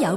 有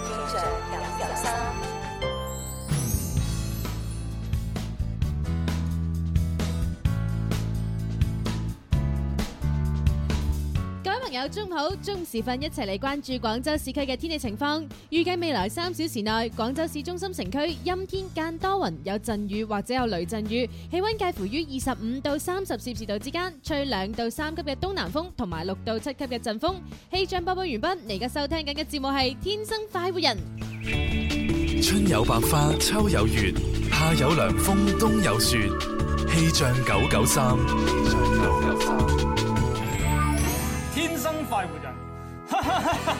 各位朋友，中午好，中午時分一齊嚟關注廣州市區嘅天氣情況。預計未來三小時內，廣州市中心城區陰天間多雲，有陣雨或者有雷陣雨，氣溫介乎於二十五到三十攝氏度之間，吹兩到三級嘅東南風，同埋六到七級嘅陣風。氣象播報完畢，你而家收聽緊嘅節目係《天生快活人》。春有百花，秋有月，夏有涼風，冬有雪。氣象九九三，天生快活人，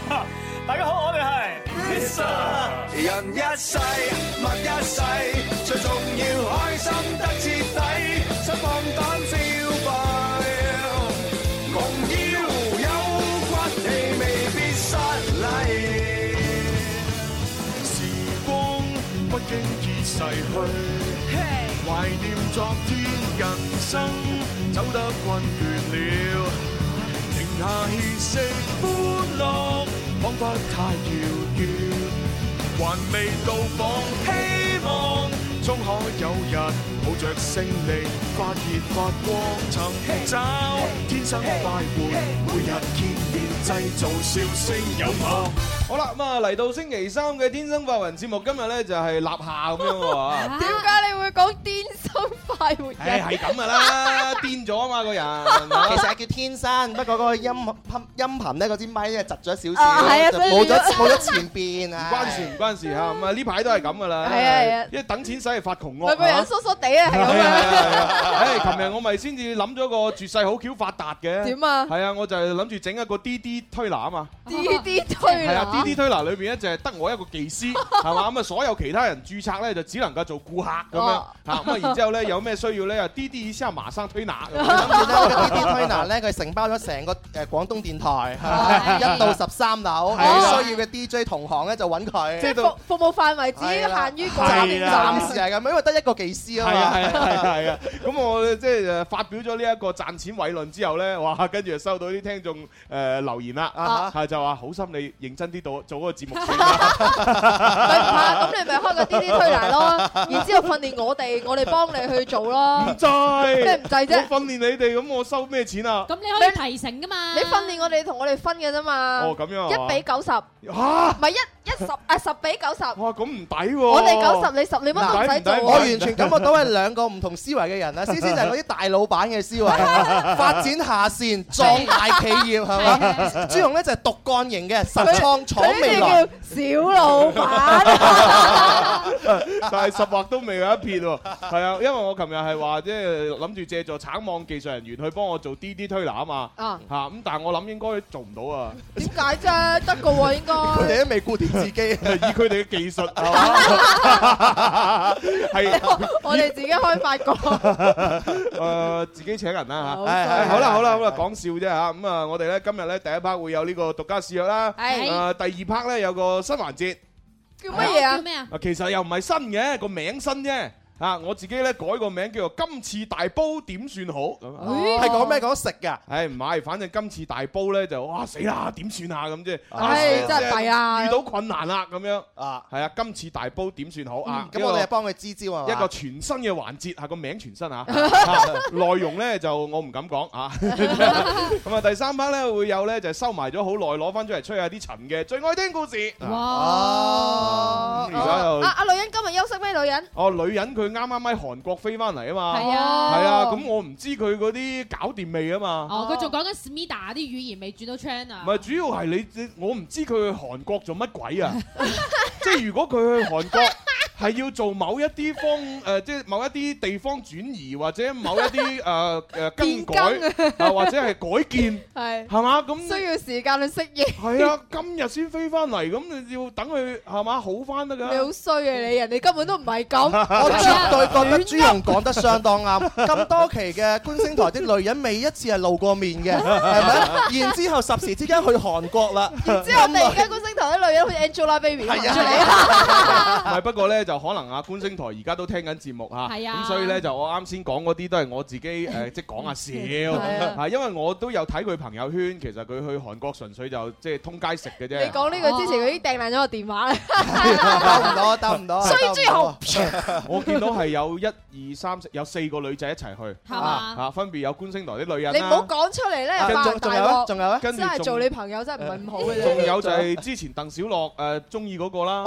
大家好，我哋係 Mr. 人一世，物一世，最重要開心得徹底，想放膽消費，夢要有骨氣，未必失禮。時光 不經意逝去，懷念昨天，人生走得困倦了，停下歇息，歡樂彷彿太遙遠。還未到訪，希望終可有日抱着勝利發熱發光，尋找天生快活，每日見面製造笑聲有我。好啦，咁啊嚟到星期三嘅《天生快活人》節目，今日咧就係立夏咁樣 喎。點解你會講天生快活唉，人？係咁 à, 噶 啦，癲咗啊嘛個人。其實係叫天生，不過嗰個音頻音頻咧，嗰支咪咧窒咗少啊係啊少，就所以變冇咗咗冇咗前 邊唔啊。關事唔關事嚇，咁啊呢排都係咁噶啦。係啊係啊因為等錢使係發窮咪惡。個人嚇縮縮地啊，係咁係樣。啊係啊係啊唉，琴日我咪先至諗咗個絕世好橋發達嘅。點啊係啊，我就係諗住整一個 D D 推拿啊嘛。 D D 推係啊拿，D D 推拿裏邊咧就係得我一個 技師，係嘛咁啊，所有其他人註冊咧就只能夠做顧客咁樣哦嚇，咁啊然之後咧有咩需要咧，D D 以下馬上推拿 咁咁樣。然之後呢個 D D 推拿咧，佢承包咗成個誒廣東電台，係一到十三樓，係啊啦有需要嘅 D J 同行咧就揾即佢。係服服務範圍只係啦限於嗰係邊啦暫暫時時。係咁，因為得一個技師啊係啊嘛。係啊係啊係啊！咁我即係誒發表咗呢一個賺錢偉論之後咧，哇！跟住就收到啲聽眾誒留言啦，啊係就話好心你認真啲做做嗰個節目咪唔先。怕，咁你咪開個 D D 推拿咯，然之後訓練我哋，我哋幫你去做咯唔。制咩唔制啫我訓練你哋，咁我收咩錢啊？咁你可以提醒噶嘛？你訓練我哋同我哋分嘅啫嘛，哦咁樣啊一比九十，唔嚇！哇！係一一十啊十比九十，咁唔抵喎！我哋九十，你十，你乜都唔使唔抵唔抵做我啊。完全感覺到係兩個唔同思維嘅人啦，先先就係嗰啲大老闆嘅思維，發展下線、壯大企業係啊嘛？朱紅咧就係獨幹型嘅，實佢創闖未來呢。啲叫小老闆。 但係十劃都未有一撇喎，係啊，因為我琴日係話即係諗住借助橙網技術人員去幫我做 D D 推拿啊嘛，啊嚇咁，但係我諗應該做唔到啊，點解啫？得個喎，應該。佢哋都未顧掂自己。 以佢哋嘅技術係 嘛，係我哋自己開發過。 誒自己請人啦嚇。唉係唉好啦好啦好啦，講笑啫嚇，咁啊我哋咧今日咧第一 part 會有呢個獨家試藥啦，誒係第二 part 咧有個新環節，叫乜嘢叫啊？咩啊？啊其實又唔係新嘅，個名新啫。啊！我自己咧改個名叫做今次大煲點算好咁啊係講咩講食㗎？唉，唔係，反正今次大煲咧就哇死啦，點算啊咁啫，唉，真係弊啊啦遇！到困難啦咁樣，啊，嗯係啊，今次大煲點算好啊？咁我哋係呢個幫佢支招啊嘛。一個全新嘅環節，係個名全新啊，啊內容咧就我唔敢講啊。咁啊，第三 part 咧會有咧就收埋咗好耐，攞翻出嚟吹下啲塵嘅最愛聽故事。哇！哦而家又阿阿女人今日休息咩？女人哦，女人佢啱啱喺韓國飛翻嚟啊嘛，係啊係啊，咁我唔知佢嗰啲搞掂未啊嘛。哦，佢仲講緊 Smida 啲語言未轉到 China 唔係，主要係你你我唔知佢去韓國做乜鬼啊！ 即係如果佢去韓國係要做某一啲方誒、呃即係某一啲地方轉移或者某一啲誒誒更改啊，或者係改建係係嘛？咁需要時間去適應。係啊，今日先飛翻嚟，咁你要等佢係嘛好翻 得你好㗎。衰啊！你人哋根本都唔係咁。 我絕對覺得朱紅講得相當啱。咁多期嘅觀星台啲女人，未一次係露過面嘅，係咪？然之後十時之間去韓國啦，之後突然間個星台啲女人好似 Angelababy 咁行出嚟。唔係，不過咧就可能啊，觀星台而家都聽緊節目嚇，係啊咁所以咧就我啱先講嗰啲都係 我自己誒，即係講下係啊笑，係因為我都有睇佢朋友圈，其實佢去韓國純粹就即係通街食你嘅啫。講呢個之前，佢已經掟爛咗個電話啦。兜唔到，兜唔到，衰兜唔到。 我見到係有一二三四，有四個女仔一齊去，係嘛？啊分別有觀星台啲女人 你唔好啦，講出嚟咧，跟爆仲仲大有咧，鑊。仲有咧，跟住真係做仲你朋友真係唔係咁好嘅啫。仲有 就係之前鄧小樂誒中意嗰個啦。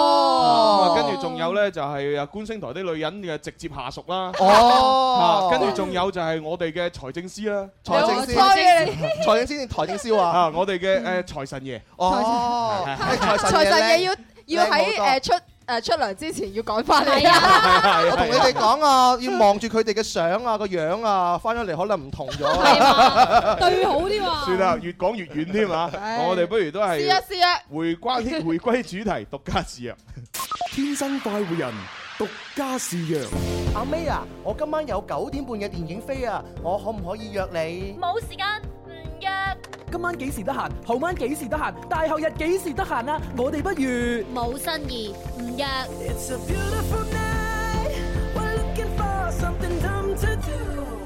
咁啊哦，跟住仲有咧就係啊觀星台啲女人嘅直接下屬啦。啊哦，跟住仲有就係我哋嘅財政司啦，財你政好司衰啊你財政司定財政司啊？啊我哋嘅誒財神爺。哦，財神財神爺爺咧，要要靚喺好多誒出誒出糧之前要趕翻嚟係啊，我同你哋講啊，要望住佢哋嘅相啊，個樣啊，翻咗嚟可能唔同咗啊。係嘛？對好啲喎。算啦，越講越遠添啊！唉我哋不如都試一係試啊！回歸回歸主題，獨家試藥。天生快活人，獨家試藥。阿 May 啊，我今晚有九點半嘅電影飛啊，我可唔可以約你？冇時間，唔約。今晚幾時得閒？後晚幾時得閒？大後日幾時得閒啊？我哋不如冇新意，唔約。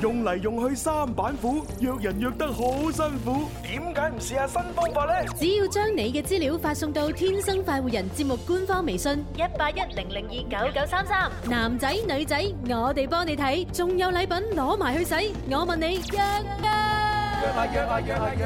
用嚟用去三板斧，約人約得好辛苦。只要將你嘅資料發送到《天生快活人》節目官方微信，一八一零零二九九三三，男仔女仔，我哋幫你睇，仲有禮品攞埋去洗。我問你約啊！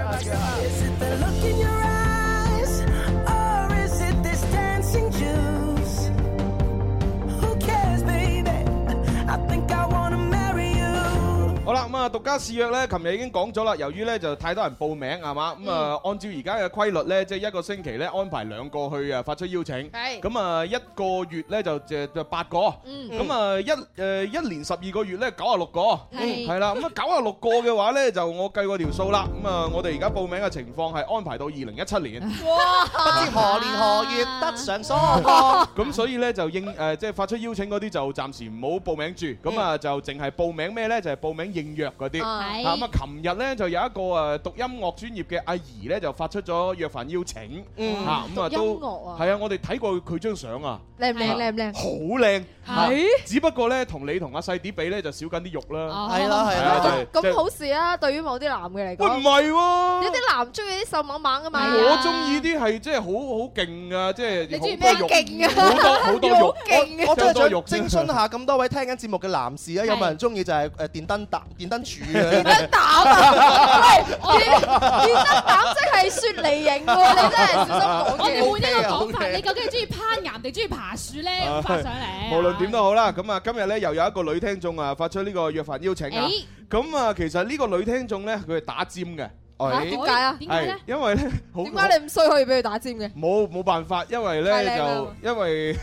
好啦，咁啊，獨家試藥呢，琴日已經講咗啦。由於呢就太多人報名係嘛，咁啊，按照而家嘅規律呢，即係一個星期呢安排兩個去啊發出邀請。係咁啊，一個月呢就就就八個。咁啊，一誒一年十二個月呢，九啊六個。係係啦，咁啊九啊六個嘅話呢，就我計過條數啦。咁啊，我哋而家報名嘅情況係安排到二零一七年。不知何年何月得上 所愛。咁所以咧就應誒即係發出邀請嗰啲就暫時唔好報名住，咁啊就淨係報名咩咧？就係報名應約嗰啲。啊啊咁啊，琴日咧就有一個誒讀音樂專業嘅阿姨咧就發出咗約飯邀請，嗯嚇咁讀啊都音樂啊係啊！我哋睇過佢張相啊， 靚唔靚？靚唔靚？好靚，係嚇只不過咧同你同阿細碟比咧就少緊啲肉啦。哦係啦係係啊啦，係咁咁好事啊！對於某啲男嘅嚟喂唔講，係有喎，啲男中意啲瘦蜢蜢噶嘛。係啊我中意啲係即係好好勁啊，即係你中意咩好多肉，勁啊好多好多肉好。勁啊！我真係張多肉想徵詢下咁多位聽緊節目嘅男士啊，有冇人中意就係誒電燈膽、電燈柱啊？真膽 啊！喂，你你真膽即係雪梨型喎！你真係小我換一心講嘢。個講法， OK，OK 你究竟係中意攀岩定中意爬樹咧？咁發上嚟。啊啊無論點都好啦，咁啊今日咧又有一個女聽眾啊發出呢個約飯邀請啊，誒，咁啊其實呢個女聽眾咧佢係打尖嘅，嚇哎點解啊點解係咧？因為咧好點解你唔衰可以俾佢打尖嘅？冇冇辦法，因為太靚咧啦就 因為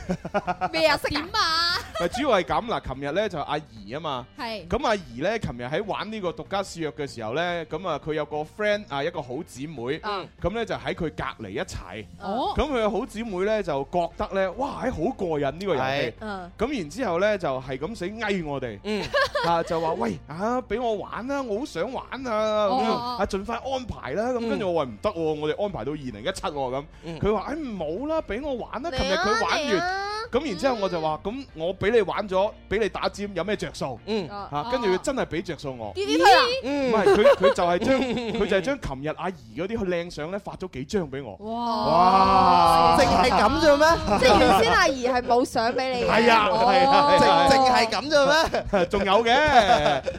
咩啊？識點啊？啊？咪主要係咁嗱，琴日咧就阿怡啊嘛，係咁阿怡咧琴日喺玩呢個獨家試藥嘅時候咧，咁啊佢有個 friend 啊一個好姊妹，嗯咁咧就喺佢隔離一齊，哦，咁佢嘅好姊妹咧就覺得咧哇喺好過癮呢個遊戲係。嗯，咁然之後咧就係咁死翳我哋，嗯啊就話喂啊俾我玩啦，我好想玩啊，咁樣哦啊盡快安排啦，咁跟住我話唔得喎，我哋安排到二零一七喎咁，嗯佢話誒哎唔好啦，俾我玩啦，嚟啊琴日佢玩嚟完，啊咁然之後我就話咁我俾你玩咗，俾你打尖有咩着數？嗯啊嚇，跟住佢真係俾着數我。啲啲推拿唔嗯，係佢佢就係將佢就係將琴日阿姨嗰啲靚相咧發咗幾張俾我，Ờ. 啊淨係咁啫咩？即係原先阿姨係冇相俾你嘅。係啊係啊哦淨淨係咁啫咩？仲有嘅，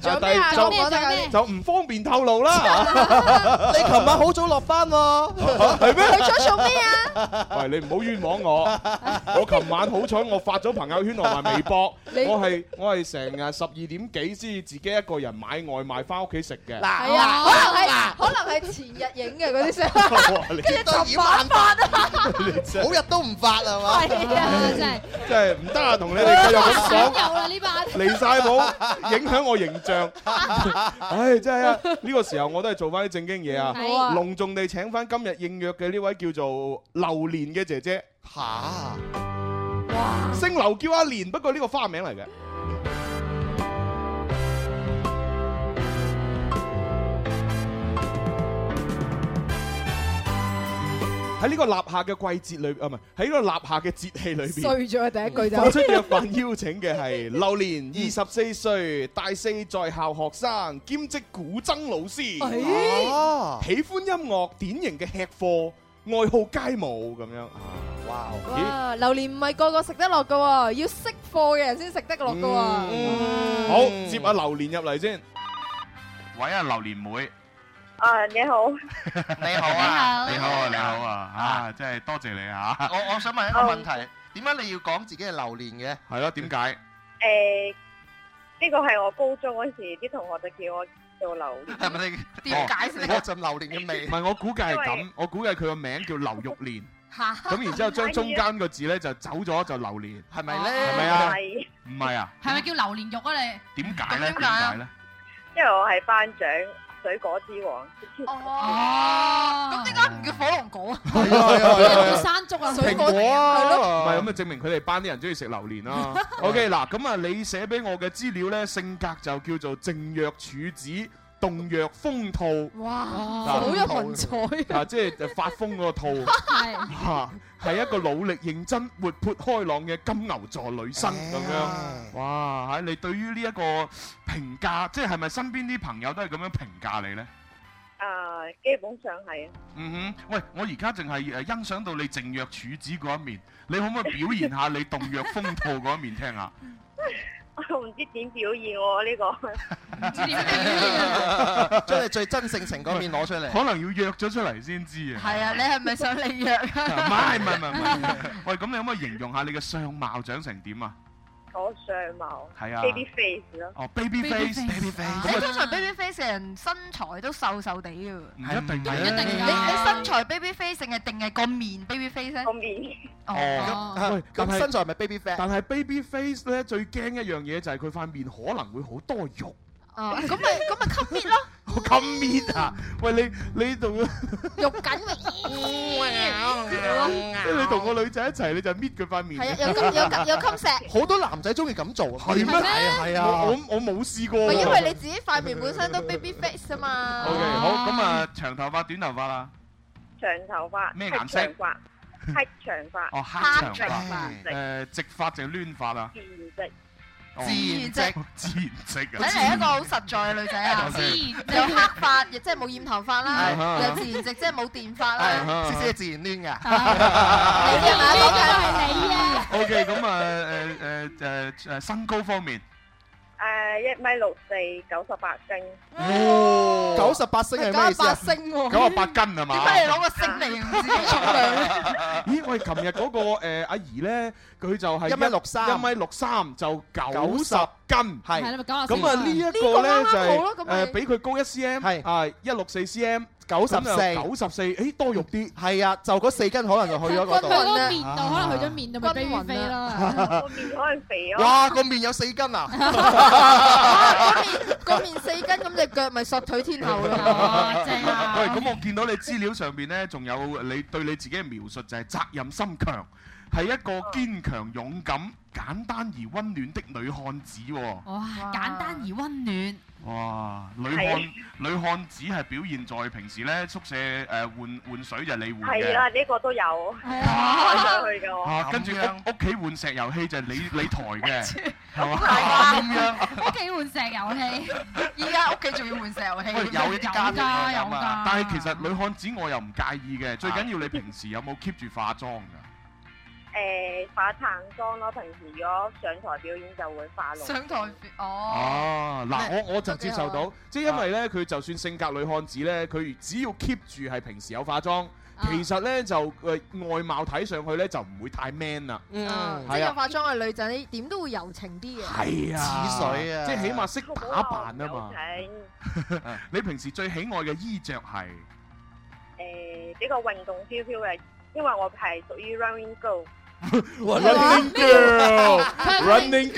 仲有咩但啊？係仲有咩？就仲有咩？就唔方便透露啦。你琴晚好早落班喎，佢咗做咩啊？ 喂，你唔好冤枉我！我琴晚好彩，我發咗朋友圈同埋微博， 你我係我係成日十二點幾先自己一個人買外賣翻屋企食嘅。嗱 係啊，可能係可能係前日影嘅嗰啲相，哇你絕對掩眼法啊！好日都唔發係嘛？係啊，啊真係真係唔得啊！同你哋繼續咁想講，有啦呢把。 離晒譜，影響我形象。唉，真係啊！呢個時候我都係做翻啲正經嘢啊！係隆重地請翻今日應約嘅呢位叫做榴蓮嘅姐姐，嚇！姓劉叫阿蓮，不過呢個花名嚟嘅。 Hãy subscribe cho kênh Ghiền Mì Gõ Để không bỏ lỡ 喺呢個立夏嘅季節裏，啊唔係喺呢個立夏嘅節氣裏邊，衰咗啊，第一句就。發出約飯邀請嘅係榴嗯蓮，二十四歲，大四在校學生，兼職古箏老師，啊哎哦喜歡音樂，典型嘅吃貨，愛好街舞咁樣。啊哇！哇！榴蓮唔係個個食得落㗎喎，要識貨嘅人先食得落㗎喎。嗯好，接阿榴蓮入嚟先。喂啊，榴蓮妹，啊，你好，你好啊，你好啊，你好啊，啊，真係多謝你啊！我我想問一個問題，點解你要講自己係榴蓮嘅？係咯，點解？誒、呢個係我高中嗰時啲同學就叫我做榴蓮，係哦咪你點解釋我陣榴蓮嘅味。唔係，我估計係因咁為，我估計佢個名叫劉玉蓮，嚇啊咁然之後將中間個字咧就走咗就榴蓮，係咪咧係咪啊？係唔係啊？係咪叫榴蓮肉啊？你點解咧？咁點點解啊解咧？因為我係班長，水果之王。哦，咁點解唔叫火龍果啊？係 啊係啊係啊叫山竹啊，水蘋果果啊，係咯，唔係咁啊，證明佢哋班啲人中意食榴蓮啦。OK 嗱，咁啊，你寫俾我嘅資料咧，性格就叫做靜若處子，動若風兔。哇，嗱好有文采啊！即係發瘋嗰 個兔，係嚇係一個努力認真、活潑開朗嘅金牛座女生咁樣。哇！你對於呢一個評價，即係係咪身邊啲朋友都係咁樣評價你呢？啊，基本上係啊， 嗯哼，喂，我而家淨係呃誒欣賞到你靜若處子嗰一面，你可唔可以表現下你動若風兔嗰一面聽下？我唔知點表現我呢、個。 將你最真性情嗰面攞出嚟。可能要約咗出嚟先知啊！係啊，你係咪想你約唔啊？係唔係唔係唔係，喂，咁你可唔可以形容下你嘅相貌長成點啊？我相貌係啊 baby face 咯，哦，baby Baby face，baby face，你咁啊通常 baby face 嘅人身材都瘦瘦地嘅喎。唔一定嘅，你你身材 baby face 定係定係個面 baby face 咧？個面。哦，喂但係咁身材咪 baby fat？但係 baby face 咧最驚一樣嘢就係佢塊面可能會好多肉。哦，咁咪咁咪吸 面咯，我咁 mean 啊！喂，你你同肉緊咪。你同個女仔一齊，你就搣佢塊面。係啊有金有金有金石 好多男仔中意咁做。啊係咩？係咩係啊我我我冇試過咪喎。因為你自己塊面本身都 baby face 啊嘛。 O K，好咁啊，長頭髮、短頭髮啦，長頭髮，咩黑顏色長髮，黑長 髮，哦，黑長髮髮，誒，直髮定攣髮啊？直直哦自然直，自然直啊！睇嚟一個好實在嘅女仔啊！自有黑髮，亦即係冇染頭髮係啊啦；有自然直，即係冇電髮啦。係，思思係自然攣啊㗎。你係咪講緊係你啊？ O K，咁啊誒誒誒誒身高方面，誒一米六四，九十八斤。哦九十八星係咩意思啊？九十八斤啊係嘛？個 星嚟自己重量啊咦，喂，琴日嗰個誒阿姨咧，佢就係一米六三一米六三就九九十十斤，係係啦咪94咁啊呢一個咧呢個啱啱就好係咯咁咪誒比佢高一 cm，係啊一六四 cm，九十四九十四，誒多肉啲，係啊，就嗰四斤可能就去咗嗰度。佢個面度可能去咗面度咪 baby face 啊咯。個面可能肥咗 哇，個面有四斤啊！個面四斤，咁隻腳咪索腿天后咯。喂，咁我見到你資料上邊咧，仲呃有你對你自己嘅描述就係責任心強，係一個堅強勇敢、簡單而温暖的女漢子喎。哇，簡單而温暖。哇！女係漢女漢子係表現在平時咧宿舍誒換換水就你換 Dạ. 係啦，嘅，呢個都有，我上去哦嘅我。啊跟住屋屋企換石油氣就係 你你抬嘅，係嘛？屋企換石油氣， 而家屋企仲要換石油氣。喂 有一啲家庭啊㗎有㗎。啊但係其實女漢子我又唔介意嘅，最緊要你平時有冇 keep 住化妝㗎？誒化淡妝咯，平時如果上台表演就會化濃。上台哦。啊哦，嗱，咩我我就接受啊到，即係因為咧，佢就算性格女漢子咧，佢只要 keep 住係平時有化啊妝，其實咧就呃誒外貌睇上去咧就唔會太 man 啦。嗯，即係係有啊，化妝嘅女仔，點都會柔情啲嘅。係啊，似水啊即係起碼識打扮啊嘛。 請你平時最喜愛嘅衣着係？誒比較運動飄飄嘅，因為我係屬於 running girl， Running girl，running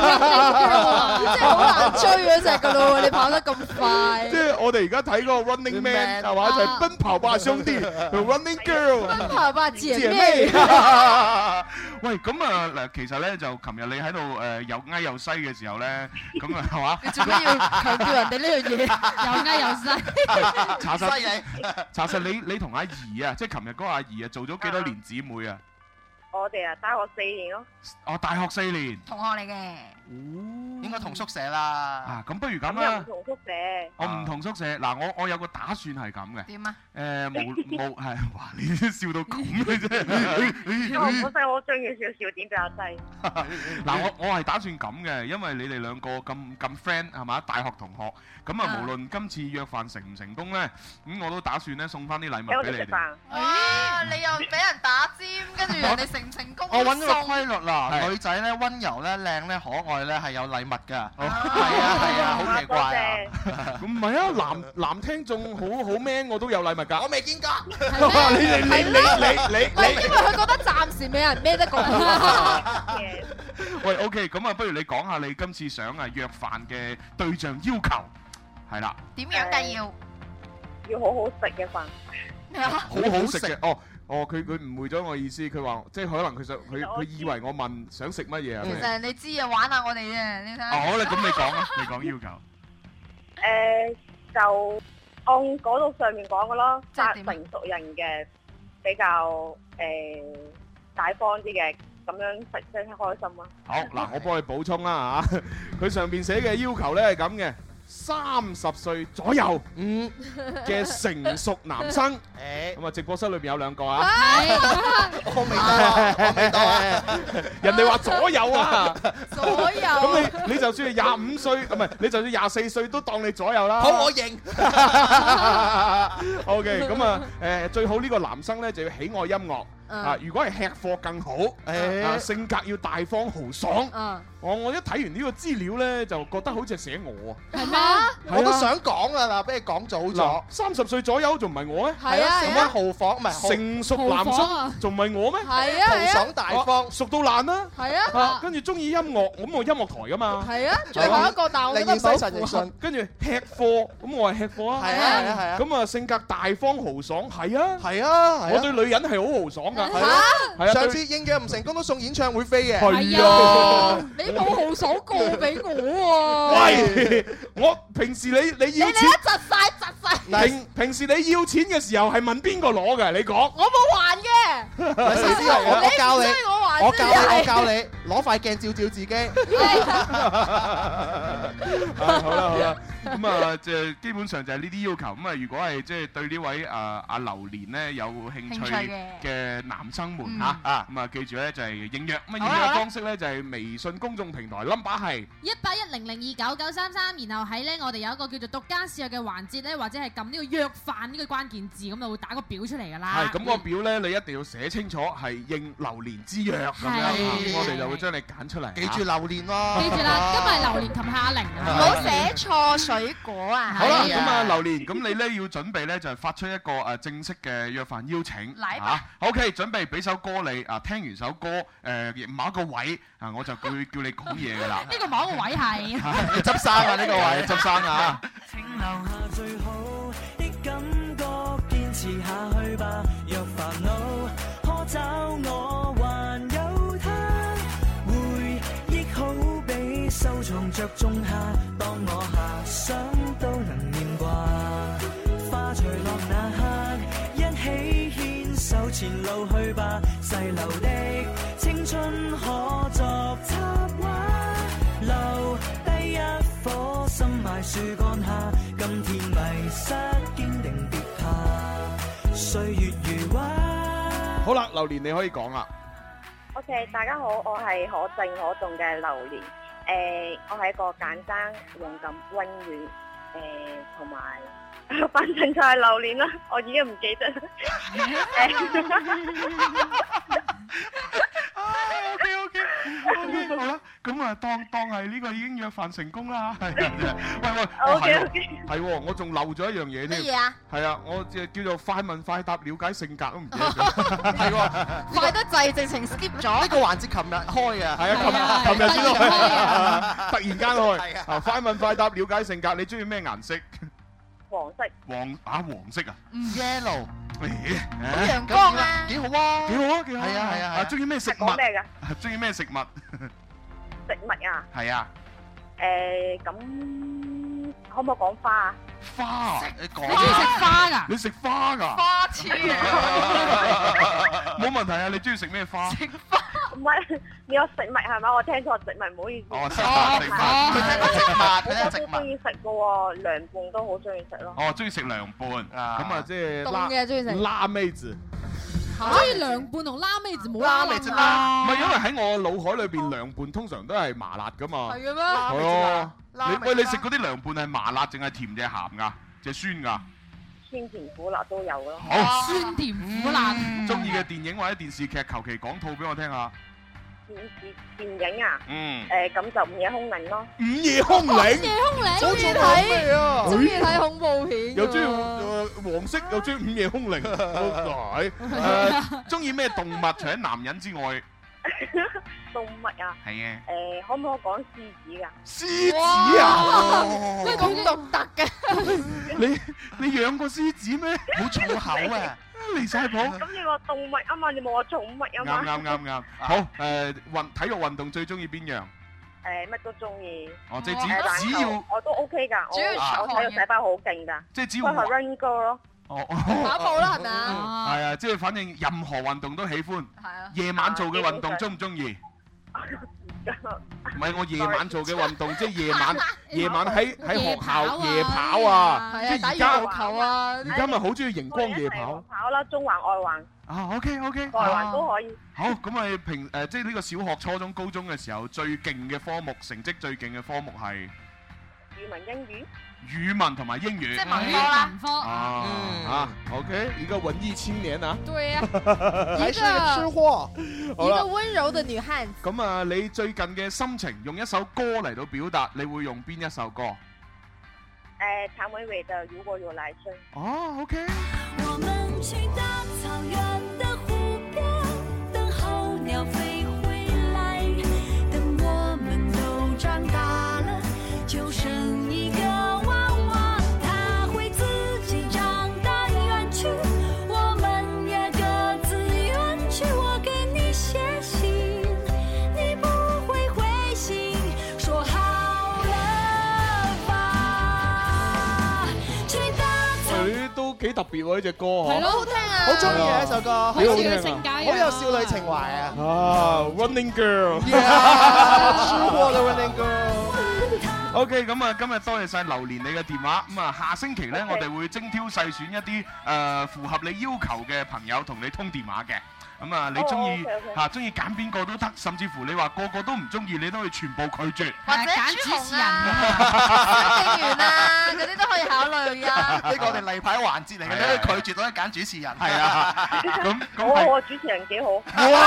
girl，真係好難追嗰只噶咯喎，你跑得咁快。即係我哋而家睇嗰個 Running Man 係嘛，就係奔跑吧兄 弟同 Running Girl。奔跑吧姐姐妹妹。 喂，咁啊嗱，其實咧就琴日你喺度誒又嗌又西嘅時候咧，咁啊係嘛？ 你做咩要強調人哋呢樣嘢？又呃又細，查犀實利 查實你你同阿怡啊，即係琴日嗰個阿怡啊，做咗幾多年姊妹啊？我哋啊，大學四年咯，我大學四年同學嚟嘅，應該同宿舍啦。啊，咁不如咁咁又啦唔。同宿舍。我唔同宿舍，嗱我我有個打算係咁嘅。點啊？誒無 無係，哇！你都笑到咁 嘅因為我啫本。身我中意少少點比較低，嗱，我我係打算咁嘅，因為你哋兩個咁咁 friend 係嘛，大學同學，咁啊啊無論今次約飯成唔成功呢，咁我都打算呢送翻啲禮請物我俾哋你食哋。飯。啊哇！你又俾人打尖，跟住人哋成唔成功 我揾咗個送規律啦，女仔咧温柔咧靚咧可愛咧係有禮物㗎，係啊係 啊，好奇怪啊！ 唔係啊，男男聽眾好好 man，我都有禮物㗎。我未見過。你 你你你你唔係你因為佢覺得暫時冇人孭得 過佢。喂，OK，咁啊，不如你講下你今次想啊約飯嘅對象要求係啦，點樣嘅要？要好好食嘅 飯。好好食嘅哦。哦，佢佢誤會咗我意思，佢話即係可能佢想佢佢以為我問想食乜嘢啊其？實你知啊，玩下我哋啫，你睇哦，下。好啦，咁你講啊，你講要求。誒，就按嗰度上面講嘅咯，扎成熟人嘅比較誒大方啲嘅，咁樣食先開心咯。好嗱，我幫你補充啦嚇， 佢上邊寫嘅要求咧係咁嘅，三十歲左右嗯嘅成熟男 生，咁啊直播室裏邊有兩個 啊，我未得，啊我啊未得。 人哋話左右 啊，左右咁你你就算係廿五歲，唔係你就算廿四歲都當你左右啦。好， 我認。 O K，咁啊，誒最好呢個男生咧就要喜愛音樂嗯啊，如果係吃貨更好，啊性格要大方豪嗯爽。嗯我我一睇完呢個資料咧，就覺得好似係寫我啊。係咩我都想講啊，嗱，俾你講早咗嗱。，三十歲左右仲唔係我咩？係啊係啊咁樣豪房唔係豪成熟男豪房啊生仲唔係我咩？係啊係啊豪爽大方啊熟到爛啦。係啊跟住中意音樂，咁我音樂台噶嘛。係啊最後一個但我覺得唔係好符合寧願西神亦信跟住吃貨，咁我係吃貨啊。係啊係啊係啊咁啊性格大方豪爽，係啊。係啊係啊我對女人係好豪爽㗎。係啊係啊。上對次應約唔成功都送演唱會飛嘅。係啊你冇豪爽過俾我喎。喂， 我平時你你你你要一錢，窒晒窒晒，平平時你要錢嘅時候係問邊個攞嘅？你 講。 我冇還嘅。思思，我我教你你唔追我玩，我教真你，係我教你，攞塊鏡照照自己。啊好啦好啦，咁啊，即係基本上就係呢啲要求。咁啊，如果係即係對呢位啊阿榴蓮咧有興興趣趣嘅嘅男生們嗯嚇啊，咁啊記住咧就係應約。咁好啊啦應好約啦方式咧就係微信公眾平台 number 係。一八一零零二九九三三，然後喺咧我哋有一個叫做獨家試約嘅環節咧，或者係撳呢個約飯呢個關鍵字，咁就會打個表出嚟噶啦。係咁個表咧，你一定要寫清楚係應榴蓮之約咁樣啊，係我哋就會將你揀出嚟。記住榴蓮咯。記住啦，今日係榴蓮同夏玲啊，唔好寫錯水果啊好啦，咁 à? 啊，榴蓮，咁你咧要準備咧就係發出一個誒正式嘅約飯邀請，嚟吧啊，OK，準備俾首歌你啊，聽完首歌誒某一個位啊，我就會叫 你講嘢噶啦。呢個某一個位係。 你 執生啊，呢個位執生啊。請留下最好的感覺，堅持下去吧。若煩惱可找我，還有他。回憶好比收藏着種下，當我遐想都能念掛。花隨落那刻，一起牽手前路去吧。細流的青春可作插畫。留低一顆心埋樹幹下，今天迷失堅定別怕，歲月如畫。好啦，榴蓮你可以講啦。 OK，大家好，我係可正可重嘅榴蓮。誒、我係一個簡單、勇敢、温暖，誒同埋， 反正就係榴蓮啦。我已經唔記得。誒 OK OK OK，好啦，咁啊，當當係呢個已經約飯成功啦。 係啊，喂喂，哦 OK，係喎係喎，我仲漏咗一樣嘢添。乜嘢啊？係啊，我就叫做快問快答，了解性格都唔記得咗。係喎，快得滯，直情 skip 咗。呢個環節琴日開啊，係啊，琴琴日先開， 突然間開。啊，快問快答，了解性格，你中意咩顏色？ 黃色。黃啊，黃色啊。 yellow，咦陽光啊，幾好啊，幾好啊，幾好係啊係啊係啊中意咩食物？啊講咩中意咩食物？食物啊？係啊，誒，咁可唔可以講花啊？花你講啊你中意食花㗎？你食花㗎？花痴冇問題啊！你中意食咩 花？ 唔係，你有食物係咪？我聽錯食物，唔好意思。哦食物食物佢真係食物佢真係食物我都中意食嘅喎，涼拌都好中意食咯。哦，中意食涼拌啊！咁啊，即係凍辣嘅鍾意食辣妹子。所以涼拌同拉尾就冇拉拉味楞啫啦唔。係因為喺我腦海裏邊涼拌通常都係麻辣㗎嘛。係嘅咩係拉啊味啫嘛拉味啫你嘛喂，你食嗰啲涼拌係麻辣，淨係甜定係鹹㗎？淨係酸㗎？酸甜苦辣都有咯。好酸甜苦辣。中意嘅電影或者電視劇，求其講套俾我聽下。電視電影啊，嗯誒咁就午夜凶鈴咯。午夜凶鈴。午夜凶鈴中意 à. 啊睇，中意睇啊恐怖片，又中意 誒黃色，又中意午夜凶鈴，係誒中呃意咩動物？除咗男人之外，動物啊，係啊，誒可唔可以講獅子噶？獅子啊！佢咁獨特嘅。你你養過獅子咩？好重口啊！離晒譜。咁你話動物啊嘛，你冇話寵物啊啱嘛。啱啱啱，好誒運體育運動最中意邊樣？誒乜都中意。哦即係誒只但只係要我都 ờ, OK 㗎，主要我我出體汗育細胞好勁㗎。即係只要都係 run go 咯，哦，跑步啦，係咪啊？係啊，即係反正任何運動都喜歡。夜晚做嘅運動中唔中意？ 唔係我夜晚做嘅運動，即係夜 晚夜晚喺喺學校夜跑啊，係即啊，打羽係而家毛球啊，而家咪好中意熒光夜跑。跑啦，中環外環。啊，OK OK，外環都可以。好，咁咪平誒，即係呢個小學、初中、高中嘅時候最勁嘅科目，成績最勁嘅科目係語文英語，語文同埋英語。即係文科啦文科啊啊，OK，一個文藝青年啊。對呀還一個貨。好一啦個温柔的女汉子。咁啊，你最近嘅心情用一首歌嚟到表達，你會用邊一首歌？誒譚偉偉的《如果有來生》。哦，OK。我们去大草原的湖边，等候鸟飞回来。等我们都长大了，就生一个娃娃，他会自己长大远去，我们也各自远去。我给你写信，你不会回信，说好了吧，去大草原。佢都幾特別喎呢只歌嗬，係咯好聽啊哦好中意啊呢首歌，幾好聽啊！好有少女情懷啊！啊，Running Girl， 超過啦，Running OK，咁啊，今日多謝晒榴蓮你嘅電話。咁啊，下星期呢，我哋會精挑細選一啲誒、呃符合你要求嘅朋友同你通電話嘅。咁啊，你中意哦，OK，OK 嚇中意揀邊個都得，甚至乎你話個個都唔中意，你都可以全部拒絕。或者揀主持人啊、小警員啊嗰啲都可以考慮啊噶。 呢個我哋例牌環節嚟啊嘅咧拒絕都可以揀主持人。係啊，咁咁我係。我主持人幾好。哇！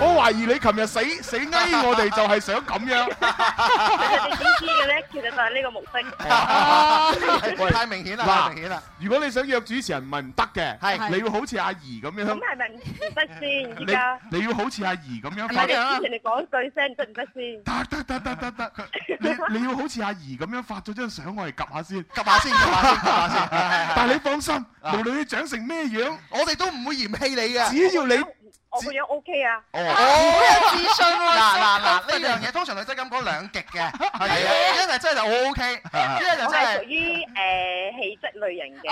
我懷疑你琴日死死翳我哋就係想咁 樣。 你點知嘅咧？其實就係呢個目的。喂太明顯啦嗱太明顯啦！如果你想約主持人，唔係唔得嘅，係你要好似阿怡咁咁樣。係咪唔得先？依家你你要好似阿怡咁樣係咪發你之前你講句聲得唔得先？得得得得得，你你要好似阿怡咁樣發咗張相，我嚟及下先，及 下先，及下先，及下先。但係你放心，無論你長成咩樣，我哋都唔會嫌棄你嘅。只要你我個樣 OK à? 啊。哦，嗱嗱嗱，識呢樣嘢通常女仔咁講兩極嘅，係啊，因為真係好 OK，我因為就真係屬係。於誒氣質類型嘅。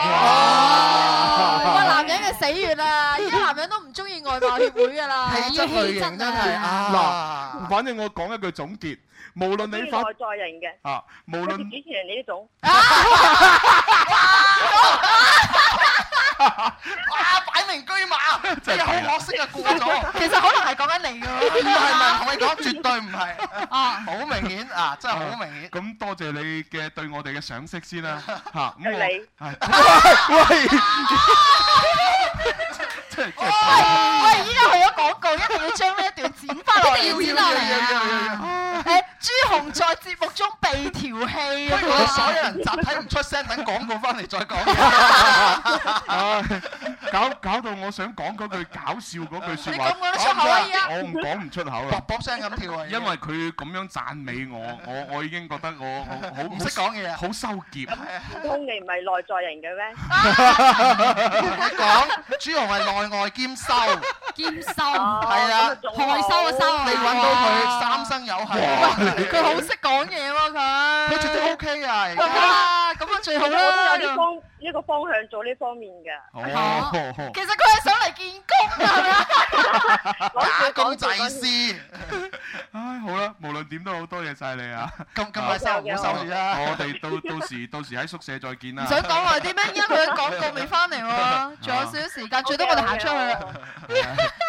哇！男人嘅死穴啦，而家男人都唔中意外貌協會噶 啦，氣質類型 真係啊！嗱，反正我講一句總結，無論你啲發內在型嘅，啊，無好似論主持人呢種。啊，擺明居馬，真係你好可惜啊，過咗。其實可能係講緊你㗎哦唔係唔係，同你講絕對唔係，好明顯 啊，真係好明顯。咁多謝你嘅對我哋嘅賞識先 啦，嚇咁對你我係喂。真係真係我哋依家去咗廣告，一定要將呢一段要剪翻落嚟，一定要剪落嚟啊要要要要要誒，朱紅在節目中被調戲啊！不如我所有人集體唔出聲，等廣告翻嚟再講。唉搞搞到我想講嗰句搞笑嗰句説話，你講講得出口啊依家我唔講唔出口啦，卜卜聲咁跳啊因為佢咁樣讚美我，我我已經覺得我我好唔識講嘢啊好羞澀。唔通你唔係內在人嘅咩？講朱紅係內外兼修，兼修哦係啊，害羞啊羞啊你揾到佢三生有幸，啊佢好識講嘢喎，佢佢絕對 OK 啊！而家啊，咁啊最好我啦都。有呢方呢個方向做呢方面嘅。哦其實佢係想嚟見工㗎，係咪啊？打工仔先， 唉，好啦，無論點都好多謝晒你啊！咁咁快收唔好收住啦我哋到 到時到時喺宿舍再見啦。唔想講耐啲咩？因為佢廣告未翻 嚟喎，仲有少少時間，最多我哋行出去啦。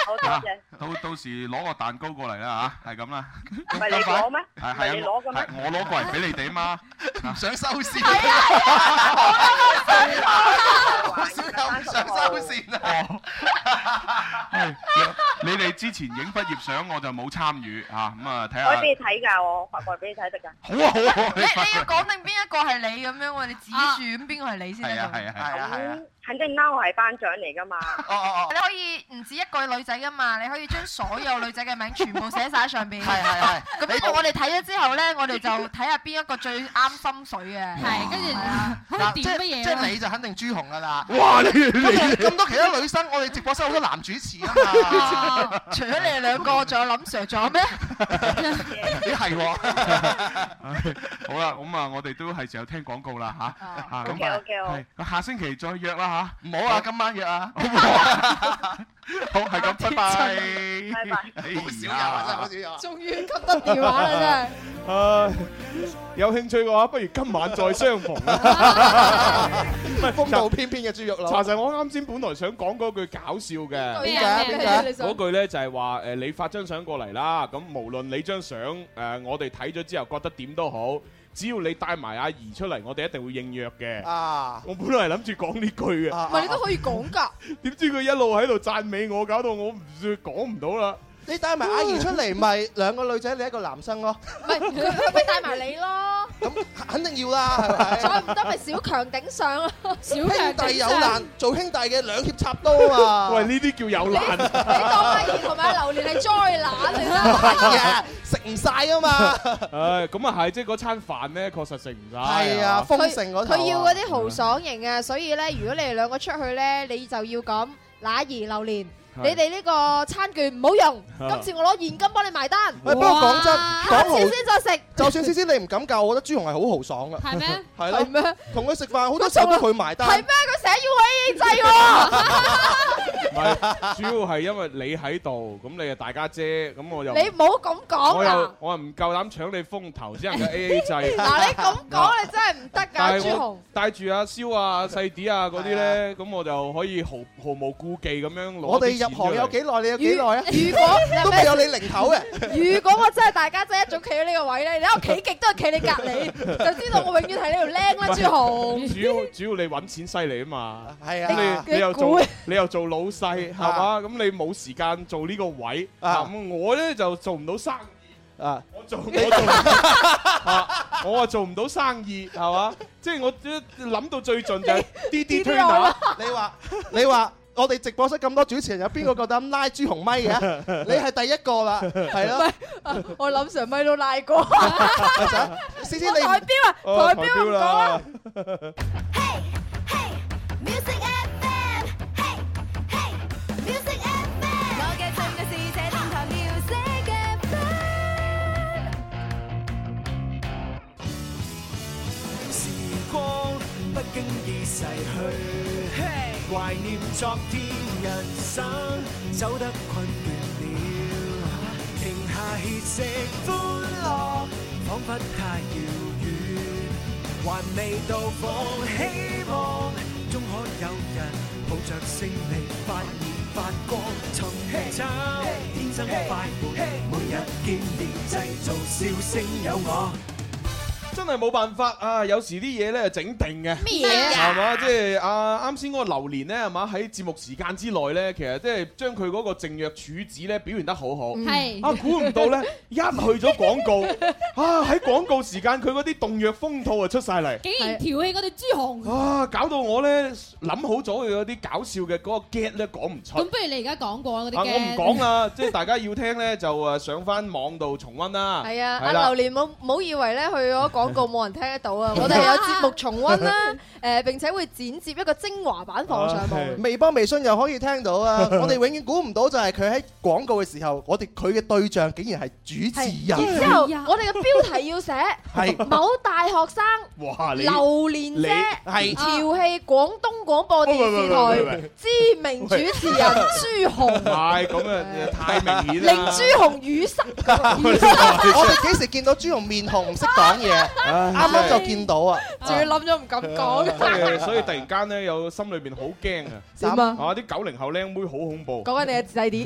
好多謝。 到到時攞個蛋糕過嚟啦啊嚇，係咁 啦。唔係你攞咩？係唔係係你啊，攞嘅咩係我攞過嚟俾你哋 嘛，唔想收線。想收線啊！係你你哋之前影畢業相我就冇參與嚇，咁啊睇我下。俾你睇㗎，我發過嚟俾你睇得㗎。好啊好啊好啊！你你要講定邊一個係你咁樣喎？你指住咁邊個係你先得係 à, 啊㗎。係啊係啊！咁肯定啦，我係班長嚟㗎嘛。哦你可以唔止一個女仔噶嘛，你可以將所有女仔嘅名全部寫晒喺上邊。係係係。咁因為我哋睇咗之後咧，我哋就睇下邊一個最啱心水嘅。係，跟住嗱，即即係 你就肯定朱紅噶啦。哇你咁我哋咁多其他女生，我哋直播室好多男主持啊嘛。除咗你哋兩個，仲有林 Sir，仲有咩？ 咦係喎，好啦，咁啊，我哋都係時候聽廣告啦吓，啊 OK，OK，好係下星期再約啦吓，唔好啊，今晚約啊， 好係咁，拜拜。好少有啊，真係好少有啊。終於吸得電話啦，真係。唉，啊有興趣嘅話，不如今晚再相逢 啦。唔係風度翩翩嘅豬肉佬查實我啱先本來想講嗰句搞笑嘅，點解啊點解啊你想嗰句咧就係話誒，你發張相過嚟啦，咁無論你張相誒我哋睇咗之後覺得點都好，只要你帶埋阿姨出嚟，我哋一定會應約嘅。啊！我本來係諗住講呢句嘅，唔係你都可以講㗎， 點知佢一路喺度讚美我，搞到我唔講唔到啦。你帶埋阿姨出嚟，咪兩個女仔，你一個男生咯，唔係佢佢咪帶埋你咯，肯定要 啦，係咪？再唔得咪小強頂上咯，小兄弟有難，做兄弟嘅兩肋插刀啊嘛！ 喂，呢啲叫有難。阿怡同埋榴蓮係災難嚟啦。係啊，食唔晒啊嘛！唉，咁啊係，即係嗰餐飯咧，確實食唔晒。係啊封城嗰頭啊佢要嗰啲豪爽型啊，所以咧，如果你哋兩個出去咧，你就要咁乸兒榴蓮。係你哋呢個餐券唔好用，啊今次我攞現金幫你埋單。喂不過講真哇講下豪次先再食。就算思思你唔敢教，我覺得朱紅係好豪爽噶。係咩係啦。係咩？同佢食飯好多時候都佢埋單。係咩？佢寫 要我唔係，主要係因為你喺度，咁你係大家姐，咁我又呢制喎，你唔好咁講啊我啦又。我又唔夠膽搶你風頭，只能夠 A A 制。嗱，你咁講你真係唔得但㗎，朱係紅我。帶住阿蕭啊、細啲啊嗰啲咧，咁我就可以毫毫無顧忌咁樣攞啲錢出我嚟。哋入行有幾耐？你有幾耐啊？如果 都未有你零頭 嘅。如果我真係大家姐一早企喺呢個位咧，你喺我企極都係企你隔 離，就知道我永遠係呢條僆啦，朱紅。主要主要你揾錢犀利啊嘛，係啊啊你你又你估做你又做老細係嘛，咁你冇時間做呢個位，嗱咁我咧就做唔到生意，啊我做我做 啊我啊做唔到生意係嘛，即係我諗到最盡就係滴滴推拿，你話你話我哋直播室咁多主持人，有邊個夠膽拉朱紅咪 嘅？你係第一個啦，係咯。我諗上咪都拉過，思思我你台標啊，哦台標唔講啦。 Music FM，嘿嘿，Music FM，我嘅最愛是這電台 Music FM。時光不經意逝去，懷念昨天，人生走得困倦了，停下歇息，歡樂彷彿太遙遠，還未到訪，希望終可有人抱着勝利發熱發光，尋找天生快活，每日見面製造笑聲有我。真係冇辦法啊！有時啲嘢咧整定嘅，咩嘢啊係嘛？即係啊，啱先嗰個榴蓮咧，係嘛？喺節目時間之內咧，其實即係將佢嗰個靜若處子咧表現得好好。嗯係啊，估唔到咧，一去咗廣告啊，喺廣告時間佢嗰啲動若風套啊出晒嚟，竟然調戲我哋朱紅。啊，搞到我咧諗好咗佢嗰啲搞笑嘅嗰個 get 咧講唔出咁。不如你而家講過啦，嗰啊，啲我唔講。啦，即係大家要聽咧就誒上翻網度重温啦。係啊，係啦阿榴蓮冇冇以為咧去咗廣告冇人聽得到啊！我哋有節目重温啦，誒並且會剪接一個精華版 Ờ, 放上網。微博、微信又可以聽到啊！我哋永遠估唔到就係佢喺廣告嘅時候，我哋佢嘅對象竟然係主持人。然之後， 我哋嘅標題要寫係 Dạ. 某大學生哇你榴 蓮姐你係調戲廣東廣播電視喂喂喂喂台喂知名主持人朱紅，唔係咁啊，太明 顯令啦。朱紅語塞。我哋幾時見到朱紅面紅唔識講 嘢？啱啱就見到啊！仲要諗咗唔敢係講。所以突然間咧，有心裏邊好驚啊！點啊啊！啲九零後靚妹好恐怖，講緊你嘅自製碟，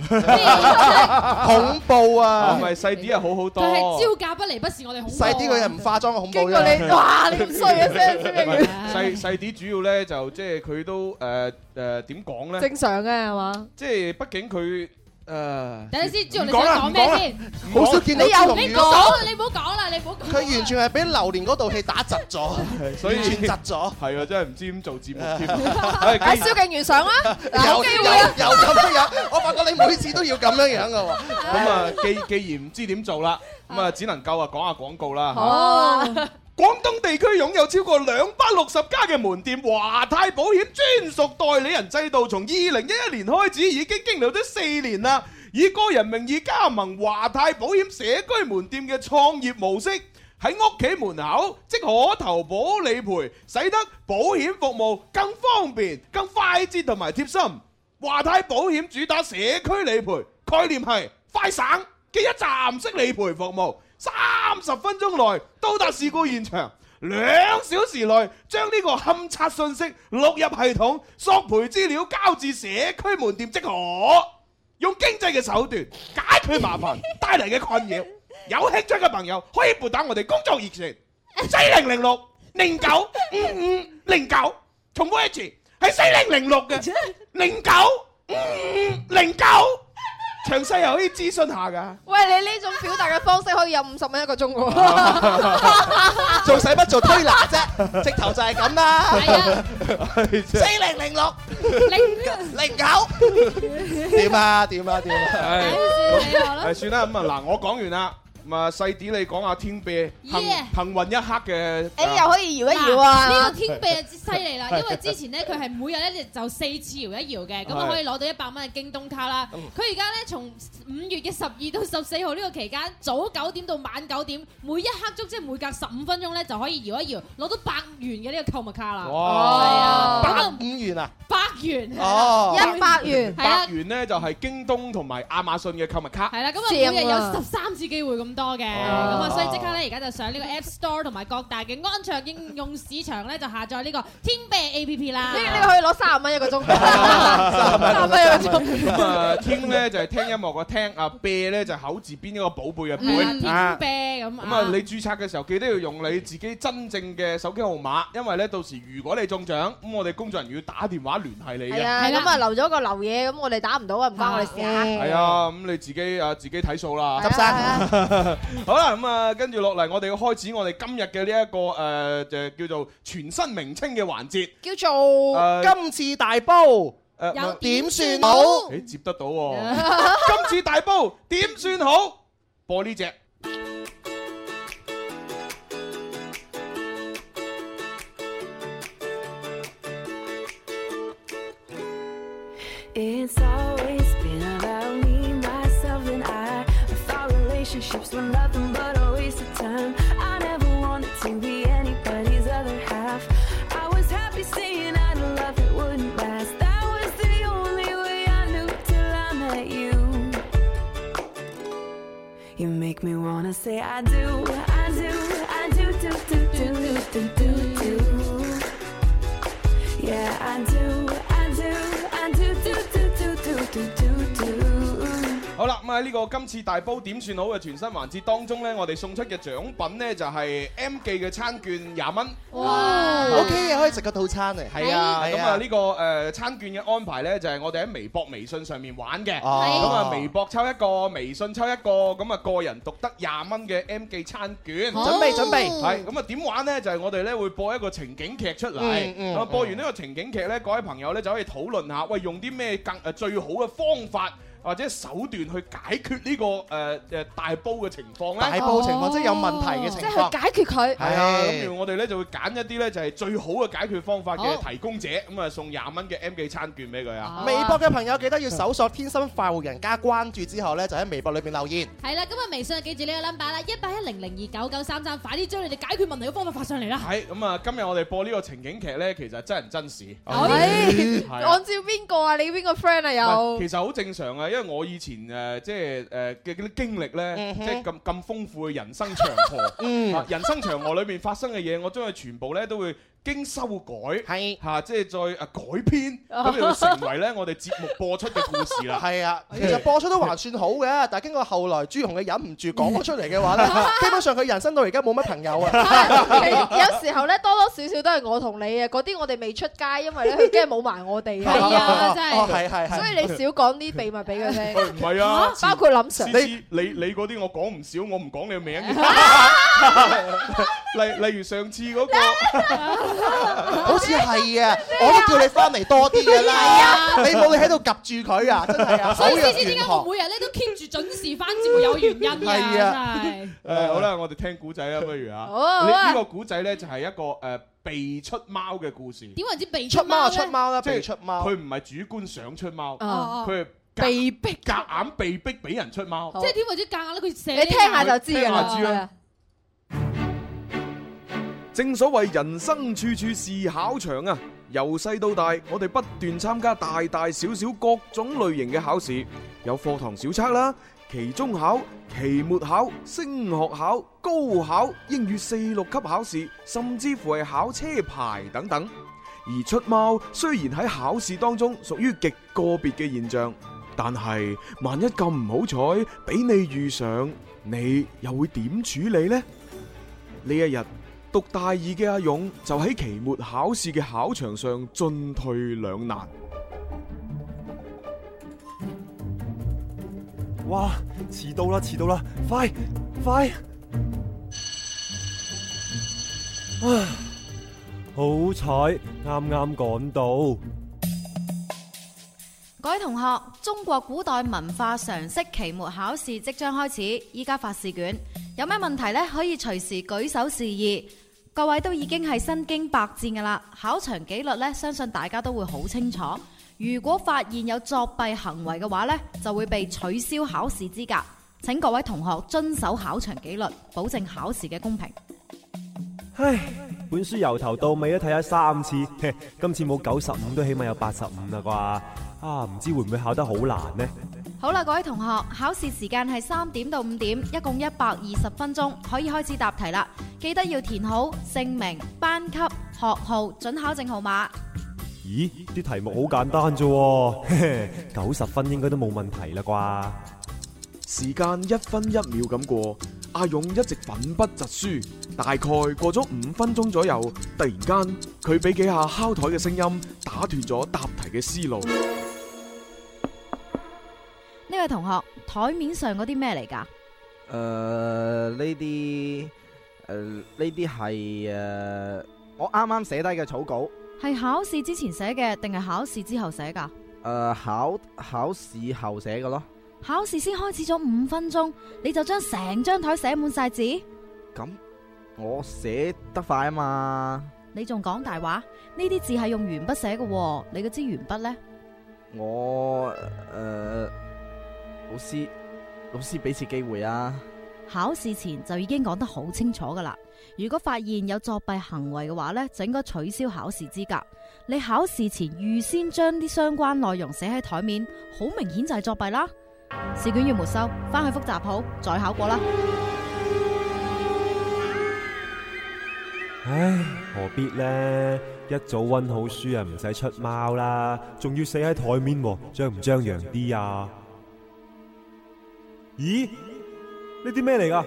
恐怖啊！唔係細啲係好好佢係多。招架不離，不是我哋恐怖。細啲佢又唔化妝嘅恐怖經過你哇你咁衰嘅聲唔 係細細啲主要咧就即係佢都誒誒點講咧？正常嘅係嘛？即係畢竟佢誒。等陣先，朱紅你唔講啦想講咩先？唔講啦好少見到你朱又紅你唔語好講啦，啊！你唔好講啦，你唔好講。佢完全係俾榴蓮嗰套戲打窒咗，所以完全窒咗。係啊，真係唔知點做節目 添。阿係既然蕭敬元上啊，有有機有會啊！有咁都有，我發覺你每次都要咁樣樣嘅喎。Ờ. 咁啊，既既然唔知點做啦，咁啊，只能夠啊講下廣告啦。好啊廣東地區擁有超過兩百六十家嘅門店，華泰保險專屬代理人制度從二零一一年開始已經經歷咗四年啦，以個人名義加盟華泰保險社區門店嘅創業模式。喺屋企門口即可投保理賠，使得保險服務更方便、更快捷同埋貼心。華泰保險主打社區理賠，概念係快省嘅一站式理賠服務，三十分鐘內到達事故現場，兩小時內將呢個勘察信息錄入系統，索賠資料交至社區門店即可。用經濟嘅手段解決麻煩帶嚟嘅困擾。有興趣嘅朋友可以撥打我哋工作熱線四零零六零九五五零九，重複一次係四零零六嘅零九五五零九，詳細又可以諮詢下㗎。喂，你呢種表達嘅方式可以有五十蚊一個鐘嘅 Ờ. 仲使乜 做推拿啫？直頭就係咁啦。四零零六零零九點啊點啊點唉啊！唉算啦，咁啊嗱，我講完啦。咁啊，細啲你講下天臂幸 Yeah 幸運一刻嘅，誒又哎可以搖一搖嗱啊呢個天臂就犀利啦，因為之前咧佢係每日咧就四次搖一搖嘅，咁啊係嗯可以攞到一百蚊嘅京東卡啦。佢而家咧從五月嘅十二到十四號呢個期間，早九點到晚九點，每一刻鐘即係每隔十五分鐘咧就可以搖一搖，攞到百元嘅呢個購物卡啦。係啊，咁百啊五元啊！百元哦，Dạ, 係啊百。元咧就係京東同埋亞馬遜嘅購物卡。係啦，咁 啊每日有十三次機會咁多嘅，咁啊哦所以即刻咧而家就上呢個 App Store 同埋各大嘅安卓應用市場咧就下載呢個天幣 A P P 啦。呢呢個可以攞三十蚊一個鐘。三蚊一個鐘。咁啊，天咧就係聽音樂個聽，啊啤咧就係口字邊一個寶貝嘅嗯貝。天啤咁咁啊，你註冊嘅時候記得要用你自己真正嘅手機號碼，因為咧到時如果你中獎，咁我哋工作人員要打電話聯繫你係啊，嘅。咁啊留咗個留嘢，咁我哋打唔到啊，唔關我哋事啊。係啊，咁你自己啊自己睇數啦。執生好啦，咁啊，跟住落嚟，我哋要開始我哋今日嘅呢一個誒，就叫做全新名稱嘅環節。呃叫做今次大煲誒點算好誒接得到喎！ 今次大煲點算好？播呢只。 It's always been about me, myself, and I. I thought relationships were nothing but a waste of time. I never wanted to be anybody's other half. I was happy saying I'd love it wouldn't last. That was the only way I knew till I met you. You make me wanna say I do, I do, I do, do, do, do, do, do, do. Yeah, I do, I do, I do, do, do, do, do, do, do, do. 好啦，咁、喺呢個今次大煲點算好嘅全新環節當中呢，我哋送出嘅獎品呢，就係 M 記嘅餐券廿蚊。哇！OK 嘅，可以食個套餐嚟。係啊，係咁啊呢個誒餐券嘅安排呢，就係我哋喺微博、微信上面玩嘅。哦咁啊，微博抽一個，微信抽一個，咁啊個人獨得廿蚊嘅 M 記餐券。好準備準備係咁啊，點玩呢？就係我哋呢會播一個情景劇出嗯嚟。嗯咁啊播完呢個情景劇呢，各位朋友呢就可以討論下，喂，用啲咩更誒最好嘅方法？或者手段去解決呢、個誒誒、大煲嘅情況咧，大煲情況即係有問題嘅哦情況即係去解決佢係啊，係咁我哋咧就會揀一啲咧就係最好嘅解決方法好嘅提供者，咁啊送廿蚊嘅 M 記餐券俾佢啊！微博嘅朋友記得要搜索「天生快活人」加關注之後呢，就喺微博裏邊留言。係啦，咁啊微信就記住呢個 number 啦，一八一零零二九九三三，快啲將你哋解決問題嘅方法發上嚟啦！係咁啊！今日我哋播呢個情景劇咧，其實真人真事， 哎係啊按照邊個啊？你邊個 à, friend 啊？唔係又其實好正常啊，因為我以前誒即係誒嘅嗰啲經歷咧，嗯哼即係咁咁豐富嘅人生長河，啊人生長河裏面發生嘅嘢，我將佢全部咧都會。經修改係嚇，即係再誒改編，咁就成為咧我哋節目播出嘅故事啦。係啊，其實播出都還算好嘅，但係經過後來朱紅嘅忍唔住講咗出嚟嘅話呢，基本上佢人生到而家冇乜朋友啊。有時候咧多多少少都係我同你啊，嗰啲我哋未出街，因為咧佢驚冇埋我哋啊。係 ờ, 啊真係哦係係係所以你少講啲秘密俾佢聽。唔 係啊，包括林 Sir 你你你嗰啲我講唔少，我唔講你個名嘅。 例例如上次嗰 個，好似係啊，我都叫你翻嚟多啲嘅啦。係啊你冇你喺度及住佢啊，真係啊，所以口若先知懸點解河我每日咧都 keep 住準時翻節目有原因嘅，係啊真 係誒好啦，我哋聽古仔啦，不如啊好啊，好呢啊呢個古仔咧就係一個誒被出貓嘅故事。點為之被出貓貓就出貓啊啦，即係被出貓。佢唔係主觀想出貓，哦佢係被逼夾硬被逼俾人出貓。即係點為之夾硬咧？佢射你聽下就知㗎啊啦聽下知啊啦。正所謂人生處處是考場啊！由細到大，我哋不斷參加大大小小各種類型嘅考試，有課堂小測啦、期中考、期末考、升學考、高考、英語四六級考試，甚至乎係考車牌等等。而出貓雖然喺考試當中屬於極個別嘅現象，但係萬一咁唔好彩俾你遇上，你又會點處理呢？呢一日，讀大二嘅阿勇就喺期末考試嘅考場上進退兩難。哇！遲到啦，遲到啦，快快！唉，好彩啱啱趕到。各位同學，中國古代文化常識期末考試即將開始，依家發試卷，有咩問題呢？可以隨時舉手示意。各位都已經係身經百戰㗎啦，考場紀律呢，相信大家都會好清楚。如果發現有作弊行為嘅話呢，就會被取消考試資格。請各位同學遵守考場紀律，保證考試嘅公平。唉，本書由頭到尾都睇咗三次，嘿今次冇九十五都起碼有八十五啦啩？啊，唔知會唔會考得好難呢？好啦，各位同學，考試時間係三點到五點，一共一百二十分鐘，可以開始答題啦。記得要填好姓名、班級、學號、準考證號碼。咦，啲題目好簡單啫喎，九十分應該都冇問題啦啩？時間一分一秒咁過，阿勇一直奮不疾書。大概過咗五分鐘左右，突然間佢俾幾下敲台嘅聲音打斷咗答題嘅思路。呢位同學，台面上嗰啲咩嚟㗎？誒呢啲誒呢啲係誒我啱啱寫低嘅草稿。係考試之前寫嘅，定係考試之後寫㗎？誒、考考試後寫嘅咯。考試先開始咗五分鐘，你就將成張台寫滿晒字，咁我寫得快啊嘛，你仲講大話？呢啲字係用鉛筆寫嘅喎，你嗰支鉛筆呢？我誒、ờ, 老師老師俾次機會啊。考試前就已經講得好清楚噶啦。如果發現有作弊行為嘅話呢，就應該取消考試資格。你考試前預先將啲相關內容寫喺台面，好明顯就係作弊啦。試卷要沒收，翻去複習好，再考過啦。唉，何必呢？一早温好書啊，唔使出貓啦，仲要死喺台面喎，張唔張揚啲啊？咦？呢啲咩嚟噶？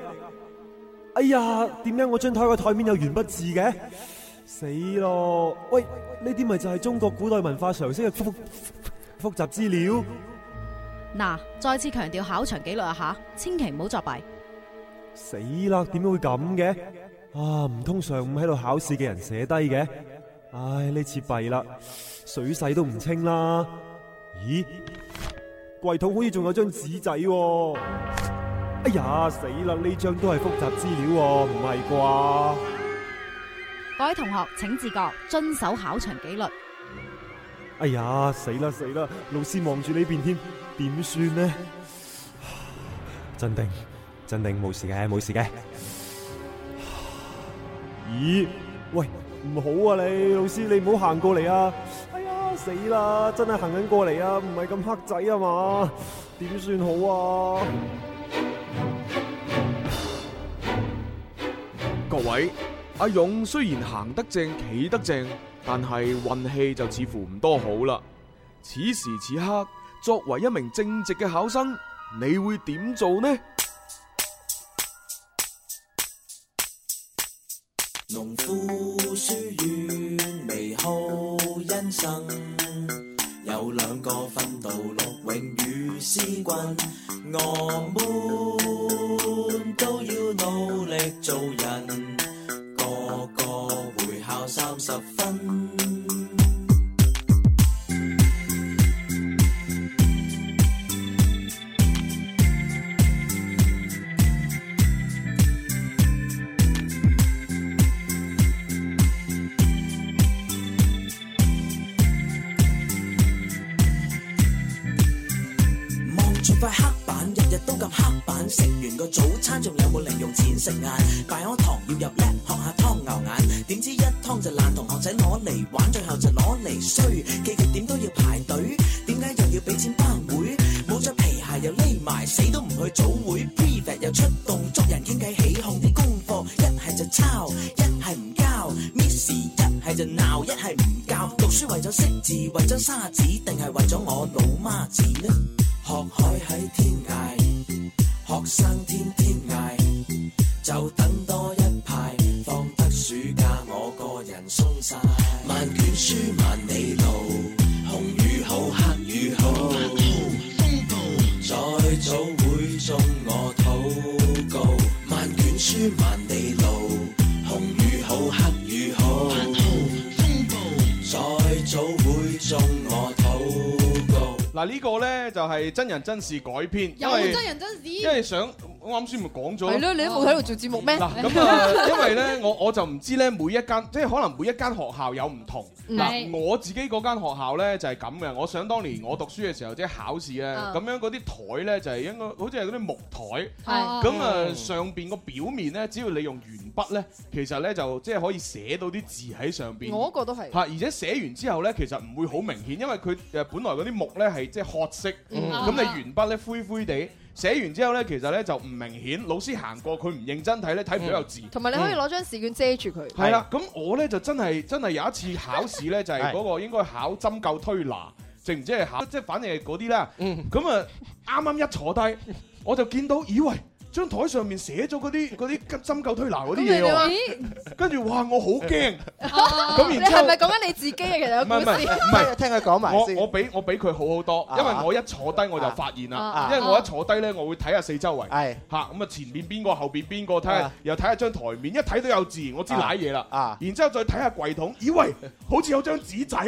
哎呀，點解我張台個台面有鉛筆字嘅？死咯！喂，呢啲咪就係中國古代文化常識嘅複複複雜資料。嗱，再次強調考場紀律啊吓，千祈唔好作弊。死啦！點解會咁嘅？啊，唔通上午喺度考試嘅人寫低嘅？唉，呢次弊啦，水勢都唔清啦。咦，櫃桶好似仲有張紙仔喎。哎呀，死啦！呢張都係複雜資料喎，唔係啩？各位同學請自覺，遵守考場紀律。哎呀，死啦死啦！老師望住呢邊添，點算呢？鎮定，鎮定，冇事嘅，冇事嘅。咦？喂，唔好啊你，老師你唔好行過嚟啊！哎呀，死啦，真係行緊過嚟啊，唔係咁黑仔啊嘛，點算好啊？各位，阿勇雖然行得正企得正，但係運氣就似乎唔多好啦。此時此刻，作為一名正直嘅考生，你會點做呢？農夫書院微好欣賞，有兩個訓導陸永與思君，我們都要努力做人，個個會考三十分。望住塊黑板，日日都咁黑板。食完個早餐仲有冇零用錢食晏？拜我堂要入叻，學下湯牛眼。點知一湯就爛，同學仔攞嚟玩，最後就攞嚟衰。記極點都要排隊，點解又要俾錢班會？冇着皮鞋又匿埋，死都唔去早會。prefect 又出動，捉人傾偈起哄，啲功課一係就抄，一係唔交。miss 一係就鬧，一係唔教。讀書為咗識字，為咗沙子，定係為咗我老媽子呢？學海喺天涯，學生天天捱，就等多一排，放得暑假我個人鬆晒。萬卷書萬里路，紅與好黑與好，風暴再早會中我禱告。萬卷書萬里路，紅與好黑與好，風暴再早會中我禱告。嗱呢個咧就係真人真事改編，因有為真人真事，因為想我啱先咪講咗啊係咯，你都冇喺度做節目咩？ 嗱咁啊，因為咧，我我就唔知咧，每一間即係可能每一間學校有唔同。嗯嗱，係我自己嗰間學校咧就係咁嘅。我想當年我讀書嘅時候，即係考試咧，啊咁樣嗰啲台咧就係應該好似係嗰啲木台，係嗯咁啊上邊個表面咧，只要你用鉛筆咧，其實咧就即係可以寫到啲字喺 上邊。我嗰個都係嚇，而且寫完之後咧，其實唔會好明顯，因為佢誒本來嗰啲木咧係即係褐色，咁你嗯鉛筆咧灰灰地。寫完之後咧，其實咧就唔明顯，老師行過佢唔認真睇咧，睇唔到有字。嗯同埋你可以攞張試卷遮住佢。嗯係啦，咁我咧就真係真係有一次考試 咧，就係嗰個應該考針灸推拿，定唔知係考，即係反正係嗰啲啦。咁啊，啱啱一坐低，我就見到，咦喂，張台上面寫咗嗰啲嗰啲針灸推拿嗰咁啲你嘢哋話喎。跟住哇，我好驚。啊哦咁咁然你之後係咪講緊你自己啊？其 實有唔故係唔係事。唔係，聽佢講埋我我比我比佢好好多，因為我一坐低我就發現啦啊，因為我一坐低咧，我會睇下四周圍，嚇咁啊前面邊個，後邊邊個，睇下啊又睇下張台面，一睇到有字，我知賴嘢啦啊，然之後再睇下櫃桶，咦喂，好似有張紙仔，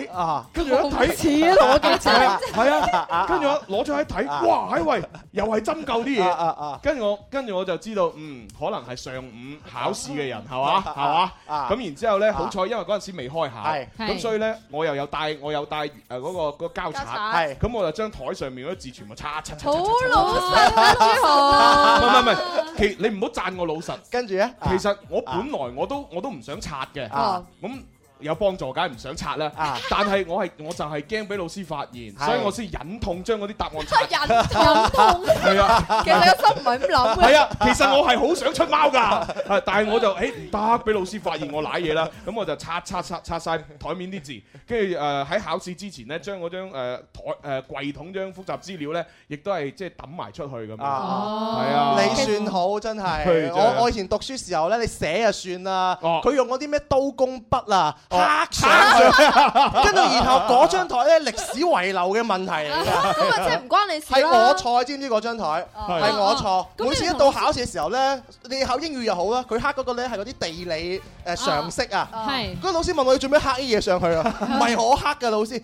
跟住一好睇，似啊我嘅係啊紙 係啊，跟住我攞咗去睇，啊哇，哎喂，又係針灸啲啊啊嘢，跟住我跟住我就知道，嗯，可能係上午考試嘅人係嘛係嘛，啊咁然之後咧，啊好彩因為嗰陣時未開考，係咁所以咧我又有帶我有帶誒嗰個嗰個膠膠擦，擦係咁我就將台上面嗰啲字全部擦擦擦好擦。老實啊，朱唔係豪。唔係，其你唔好讚我老實。跟住咧，其實我本來我都我都唔想刷嘅。啊咁有幫助，梗係唔想拆啦。但係我係我就係驚俾老師發現，係所以我先忍痛將嗰啲答案拆。忍痛 係啊，其實你個心唔係咁諗嘅係啊，其實我係好想出貓㗎， 啊但係我就誒唔得，俾老師發現我賴嘢啦，咁我就拆拆拆拆晒台面啲字，跟住誒喺考試之前咧，將嗰張誒台誒櫃桶張複雜資料咧，亦都係即係抌埋出去咁樣。係啊，你算好真係佢。真係我我以前讀書時候咧，你寫就算啦，佢用嗰啲咩刀工筆啊，黑上去，跟住然後嗰張台咧歷史遺留嘅問題嚟㗎。咁啊，即係唔關你事係啦我錯，知唔知嗰張台哦係我錯哦。咁你每次一到考試嘅時候咧，你考英語又好啦，佢黑嗰個咧係嗰啲地理哦誒常識啊。係嗰個老師問我你做咩黑啲嘢上去 啊？唔係我黑㗎，老師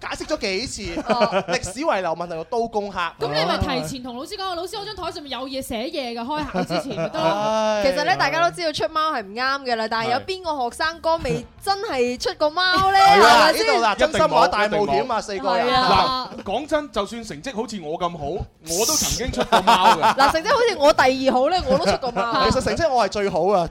解釋咗幾次哦歷史遺留問題用刀工黑。咁你咪 啊提前同老師講，老師我張台上面有嘢寫嘢嘅，開考之前咪得唉啊咯。其實咧，大家都知道出貓係唔啱嘅啦，但係有邊個學生哥未真係出過貓咧？啊係咪啊呢度先？啦，真心話大冒險啊，一四定個冇人。啊嗱，講真，就算成績好似我咁好，我都曾經出過貓 㗎。嗱，成績好似我第二好咧，我都出過貓，其實成績我係最好啊，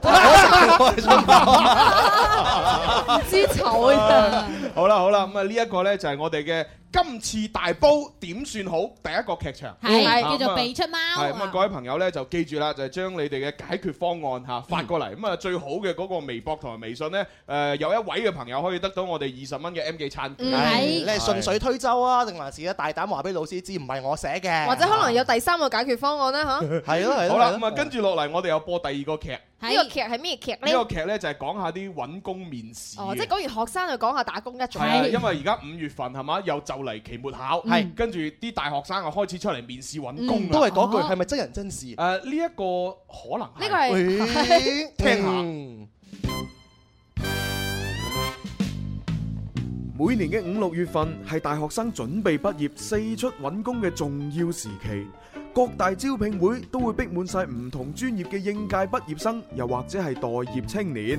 唔知醜啊！好啦好啦，咁啊呢一個咧就係我哋嘅今次大煲點算好第一個劇場，係啊叫做咁啊被出貓係咁啊啊，各位朋友咧就記住啦，就係將你哋嘅解決方案嚇發過嚟，咁啊最好嘅嗰個微博同埋微信咧，誒有一位嘅朋友可以得到我哋二十蚊嘅 M 記餐券，你嗯係順水推舟啊，定還是咧大膽話俾老師知唔係我寫嘅？或者可能有第三個解決方案咧嚇？係咯係咯好啦，係咯咁啊跟住落嚟，我哋又播第二個劇，呢呢個劇係咩劇咧？個劇咧就係講下啲揾工面試啊哦，嘅即係講完學生就講下打工一族。係啊，因為而家五月份係嘛，又就嚟期末考，嗯係跟住啲大學生啊開始出嚟面試揾工啦。啊都係嗰句係咪真人真事？誒呢一個可能哦呢個係聽下每年嘅五六月份係大學生準備畢業、四出揾工嘅重要時期，各大招聘會都會逼滿晒唔同專業嘅應屆畢業生，又或者係待業青年。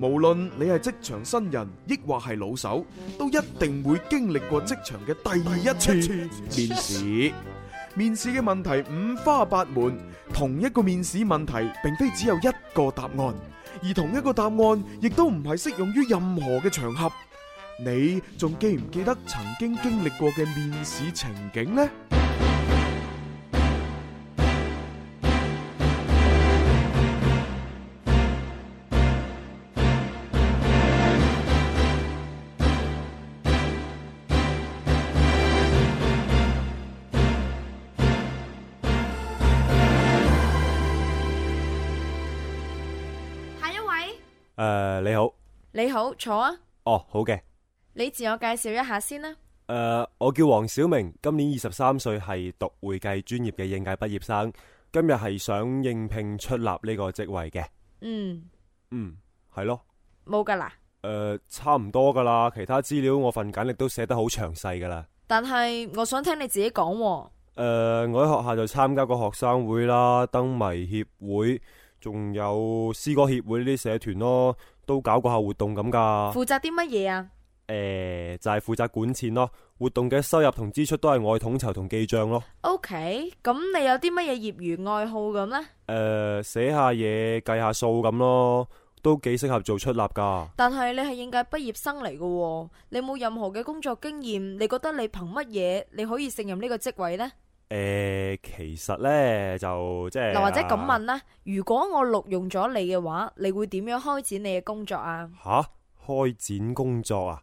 無論你係職場新人，抑或係老手，都一定會經歷過職場嘅第一次面試。面試嘅問題五花八門，同一個面試問題並非只有一個答案，而同一個答案亦都唔係適用於任何嘅場合。你仲記唔記得曾經經歷過嘅面試情景呢？下一位，誒，你好，你好，坐啊！哦，好嘅。你自我介紹一下先啦。誒、呃我叫黃小明，今年二十三歲，係讀會計專業嘅應屆畢業生。今日係想應聘出納呢個職位嘅。嗯，嗯，係咯。冇噶啦，誒、差唔多噶啦，其他資料我份簡歷都寫得好詳細噶啦。但係我想聽你自己講哦喎。誒、呃我喺學校就參加過學生會啦、燈迷協會，仲有詩歌協會呢啲社團咯，都搞過下活動咁噶。負責啲乜嘢啊？誒、就係、負責管錢咯，活動嘅收入同支出都係我去統籌同記帳咯。 OK，咁你有啲乜嘢業餘愛好咁呢？誒、呃寫下嘢計下數咁咯，都幾適合做出納噶。但係你係應屆畢業生嚟嘅喎，你冇任何嘅工作經驗，你覺得你憑乜嘢你可以勝任呢個職位呢？誒、呃其實呢，就即係啊嗱，或者咁問啦，如果我錄用咗你嘅話，你會點樣開展你嘅工作啊吓、開展工作啊？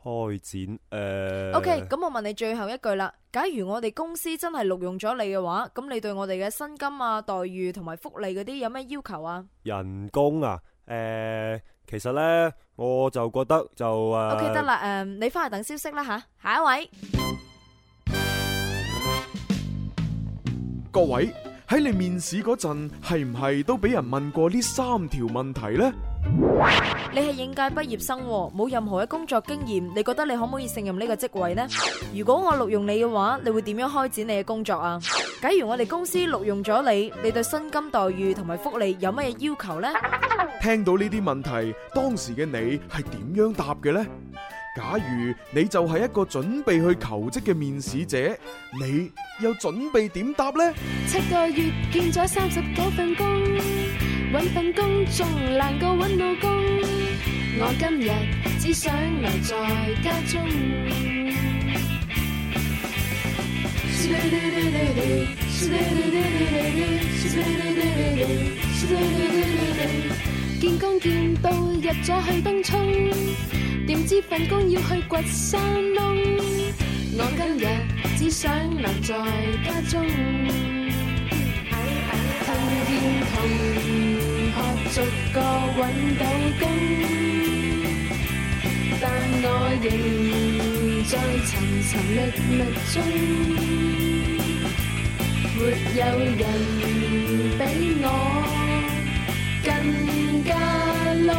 開展呃誒、 ？OK，咁我問你最後一句啦，假如我哋公司真係錄用咗你嘅話，咁你對我哋嘅薪金啊、待遇同埋福利嗰啲有咩要求啊人工啊？誒、其實呢，我就覺得就呃誒、 ？OK，得啦，誒，你翻去等消息啦吓，下一位。各位喺你面試嗰陣，係唔係都俾人問過呢三條問題呢？你係應屆畢業生喎，冇任何嘅工作經驗，你覺得你可唔可以勝任呢個職位呢？如果我錄用你嘅話，你會點樣開展你嘅工作啊？假如我哋公司錄用咗你，你對薪金待遇同埋福利有乜嘢要求呢？聽到呢啲問題，當時嘅你係點樣答嘅呢？假如你就係一個準備去求職嘅面試者，你又準備點答呢？七個月見咗三十九份工，揾份工仲難過揾老公。我今日只想留在家中。見工見到入咗去東涌，點知份工要去掘山窿。我今日只想留在家中，同見同學逐個揾到工，但我仍在尋尋覓覓中，沒有人比我。更加窿，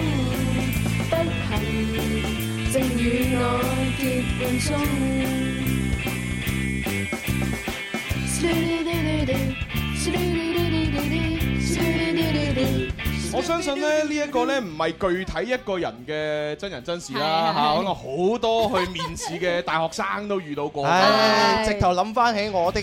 不幸正與我結伴中。我相信咧呢一個咧唔係具體一個人嘅真人真事係啦，嚇係可能好多去面試嘅大學生都遇到過。唉，直頭諗翻起我的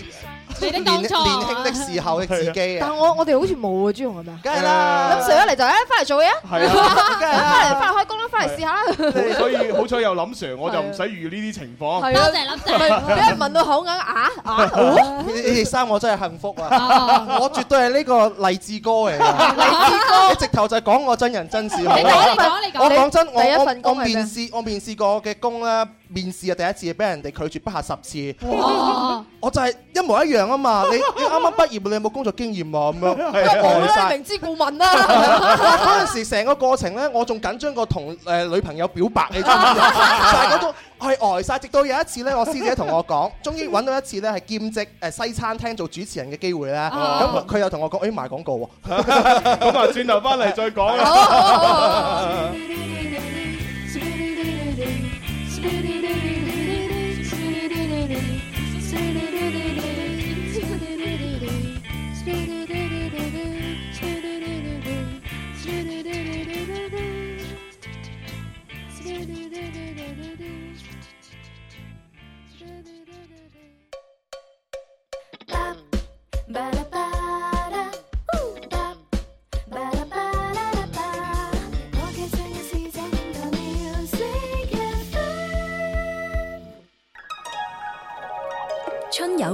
你的年當年初輕的時候嘅自己啊但！我我哋好似冇啊，朱紅係咪啊？梗係啦林 Sir 一嚟就誒，翻嚟做嘢啊！係啊梗係啦翻嚟翻嚟開工啦，翻嚟試下啦。所以好彩有林 Sir，我就唔使遇呢啲情況。係啊，咪俾人問到口硬啊啊！哦你你哋三個真係幸福啊！我絕對係呢個勵志歌嚟㗎，哦勵志歌你直頭就係講我真人真事。你講你講你講啊我講真，我你第一我份工我係咩面試我面試過嘅工咧，面試啊第一次俾人哋拒絕不下十次哇。我就係一模一樣啊嘛！你你啱啱畢業，你有冇工作經驗 啊？咁樣冇呆啦，晒明。知故問啦。嗰陣時成個過程咧，我仲緊張過同誒女朋友表白，你知唔知啊？就係嗰種係呆晒。直到有一次咧，我師姐同我講， 終於揾到一次咧係兼職誒西餐廳做主持人嘅機會咧。哦咁佢又同我講：，誒賣廣告喎。咁啊，轉頭翻嚟再講好好好啦。春有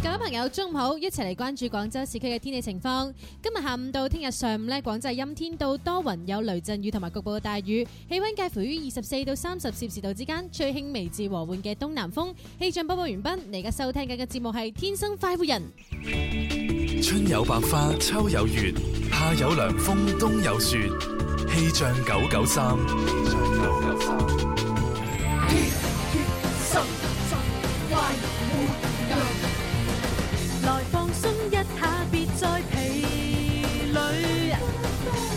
各位朋友，中午好，一齊嚟關注廣州市區嘅天氣情況。今日下午到聽日上午呢，廣州係陰天到多雲，有雷陣雨同埋局部嘅大雨，氣温介乎於二十四到三十攝氏度之間，吹輕微至和緩嘅東南風。氣象播報完畢，你而家收聽緊嘅節目係《天生快活人》。春有百花，秋有月，夏有涼風，冬有雪。氣象九九三，心中快活人，來放鬆一下，別再疲累。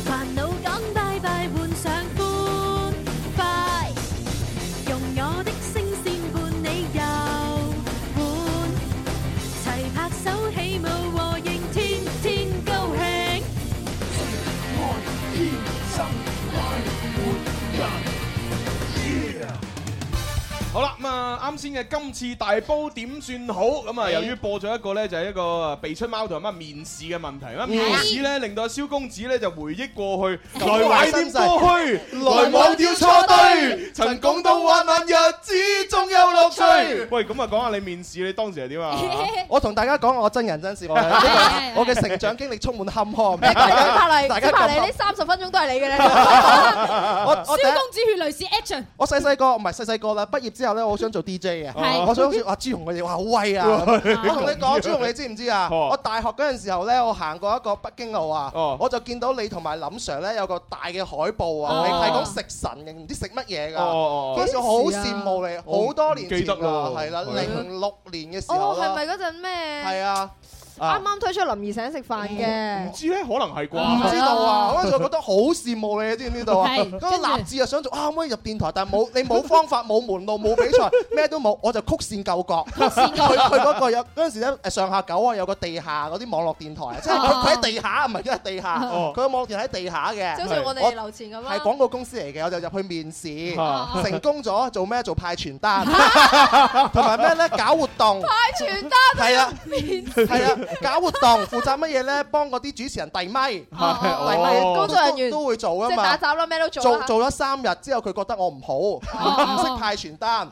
煩惱講拜拜，換上歡快。用我的聲線伴你遊玩，齊拍手起舞和應，天天高興。天生快活人。好啦，咁啊，啱先嘅今次大煲點算好？咁啊，由於播咗一個咧，就係一個鼻出貓同埋乜面試嘅問題。咁面試咧，令到蕭公子咧就回憶過去，來懷念過去，來忘掉錯對，曾共度患難日子中有樂 趣。喂，咁啊，講下你面試，你當時係點啊？我同大家講我真人真事，我嘅呢個我嘅成長經歷充滿坎坷。大 拍嚟，大家拍咁嚟，多呢三十分鐘都係你嘅咧。 我我第一蕭公子血淚史 action。我細細個唔係細細個啦，畢業之後咧，我 好想做 DJ 啊！係我想好似阿朱紅佢哋哇好威 啊！哇我同你講，咁樣朱紅你知唔知啊？ 哦我大學嗰陣時候咧，我行過一個北京路啊哦，我就見到你同埋林 Sir 咧有個大嘅海報哦啊，係係講食神嘅，唔知食乜嘢㗎。哦哦哦嗰時我好羨慕你，好多年記前得啦咯，係啦，係零六年嘅時候哦，係啦咪，嗰陣咩？係啊。啊啱啱推出林怡請食飯嘅。唔知咧，可能係啩？唔知道嗯啊！嗰陣時我覺得好羨慕你，知唔知道啊？係嗰個立志啊，想做啊，可唔可以入電台？但係冇你冇方法、冇門路、冇比賽，咩都冇，我就曲線救國。曲線救國佢佢嗰個有嗰陣時咧，誒上下九啊，有個地下嗰啲網絡電台，即係佢哦佢喺地下，唔係因為地下，哦佢個網絡電台喺地下嘅。就好似我哋樓前咁啦係廣告公司嚟嘅，我就入去面試啊，成功咗做咩？做派傳 單，同埋咩咧？搞活動。派傳單係啊，面係啊，搞活動負責乜嘢咧？幫嗰啲主持人遞咪，遞咪哦工作人員都會做噶即係嘛打。雜啦，咩都做做啦哦做咗三日之後，佢覺得我唔好，唔識派傳單，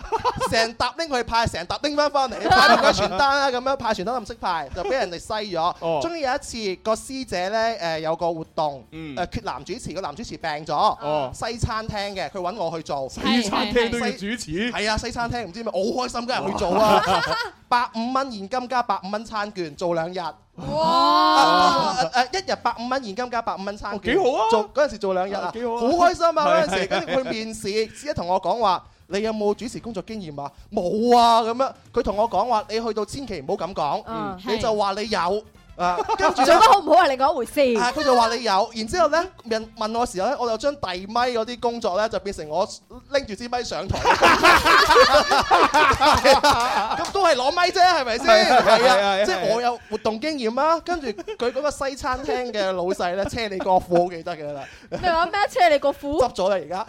成沓拎去派，成沓拎翻翻嚟，你派唔派傳單啦？咁樣派傳單都唔識派，就俾人哋篩咗。哦終於有一次個師姐咧誒有個活動，嗯誒缺男主持，個男主持病咗，西餐廳嘅，佢揾我去做。哦西餐廳都要主持，係啊，西餐廳唔知咩，我好開心，梗係去做啦。百五蚊現金加百五蚊餐券，做兩日。哇！誒一日百五蚊現金加百五蚊餐券，幾好啊做嗰陣時做兩日啊，幾好啊開心啊！嗰陣時係跟住去面試，師姐同我講話。你有冇主持工作經驗啊？冇啊咁樣，佢同我講話，你去到千祈唔好咁講嗯，你就話你有啊，跟住做得好唔好係另外一回事。啊！佢就話你有，然之後咧問問我嘅時候咧，我就將遞咪嗰啲工作咧就變成我拎住支咪上台， 咁都係攞咪啫，係咪先？係係啊係啊係啊，啊即係我有活動經驗啦。跟住佢嗰個西餐廳嘅老細咧，車你個褲，我記得嘅啦，你話咩車你個褲執咗啦而 家。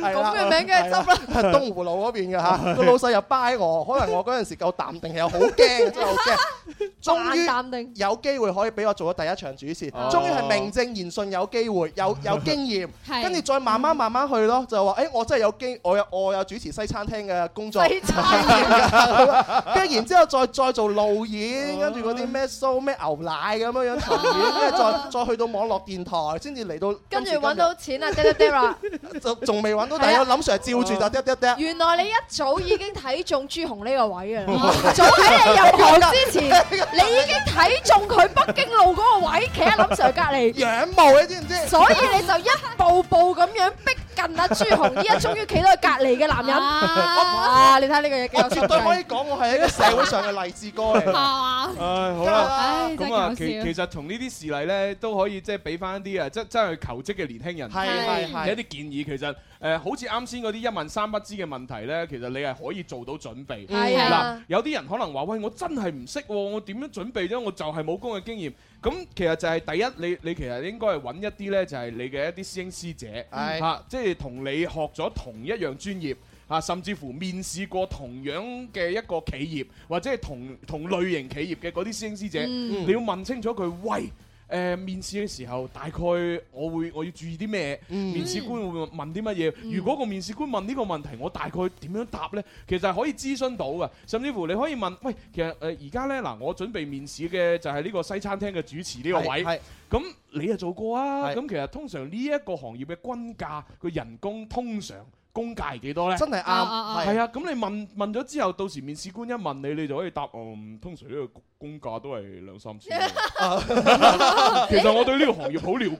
係啦咁嘅名梗係執啦係 東湖路嗰邊嘅嚇，個老細又掰我，可能我嗰陣時夠淡定，其實好驚，真係好 驚。終於淡定有機會可以俾我做咗第一場主持，哦終於係名正言順有機會，有有經驗，係跟住再慢慢慢慢去咯，就話誒我真係有機，我有我有主持西餐廳嘅工作，西餐廳 跟住然之後再再做路演，跟住嗰啲咩 show 咩牛奶咁樣樣巡演，跟住再再去到網絡電台，先至嚟到今跟住時今日揾到錢啊，嗲嗲嗲啦！就 仲未揾到，但係我林 Sir 照住就嗒嗒嗒。啊哦原來你一早已經睇中朱紅呢個位嘅哦啦，早喺你入行之 前，你已經睇中佢北京路嗰個位，企喺林 Sir 隔離，仰慕你知唔知？所以 你就一步步咁樣逼近阿朱紅，依家終於企到佢隔離嘅男 人。啊！你睇呢個嘢幾我有絕對可以講，我係一個社會上嘅勵志歌嚟。 唉，好啦，咁啊，其其實從呢啲事例咧，都可以即係俾翻啲啊，真真係求職嘅年輕人，係係係有一啲建議。其實誒，好似啱先嗰啲一問三不知嘅問題咧，其實你係可以做到準備。係啊嗱，有啲人可能話：喂，我真係唔識喎，我點樣準備啫？我就係冇工嘅經驗。咁其實就係第一，你你其實應該係揾一啲咧，就係你嘅一啲師兄師姐係嚇，即係同你學咗同一樣專業。啊，甚至乎面試過同樣嘅一個企業，或者係同同類型企業嘅嗰啲師兄師姐，嗯你要問清楚佢喂。誒、面試嘅時候，大概我會我要注意啲咩？嗯面試官會問啲乜嘢？如果個面試官問呢個問題，我大概點樣答呢？其實係可以諮詢到嘅，甚至乎你可以問：喂，其實誒而家呢，嗱，我準備面試嘅就係呢個西餐廳嘅主持呢個位係係。咁你又做過啊？係咁其實通常呢一個行業嘅均價，個人工通常工價係幾多呢？真係啱啊啊啊係啊！咁你問問咗之後，到時面試官一問你，你就可以答：嗯，通常呢個工價都係兩三千。 其實我對呢個行業好了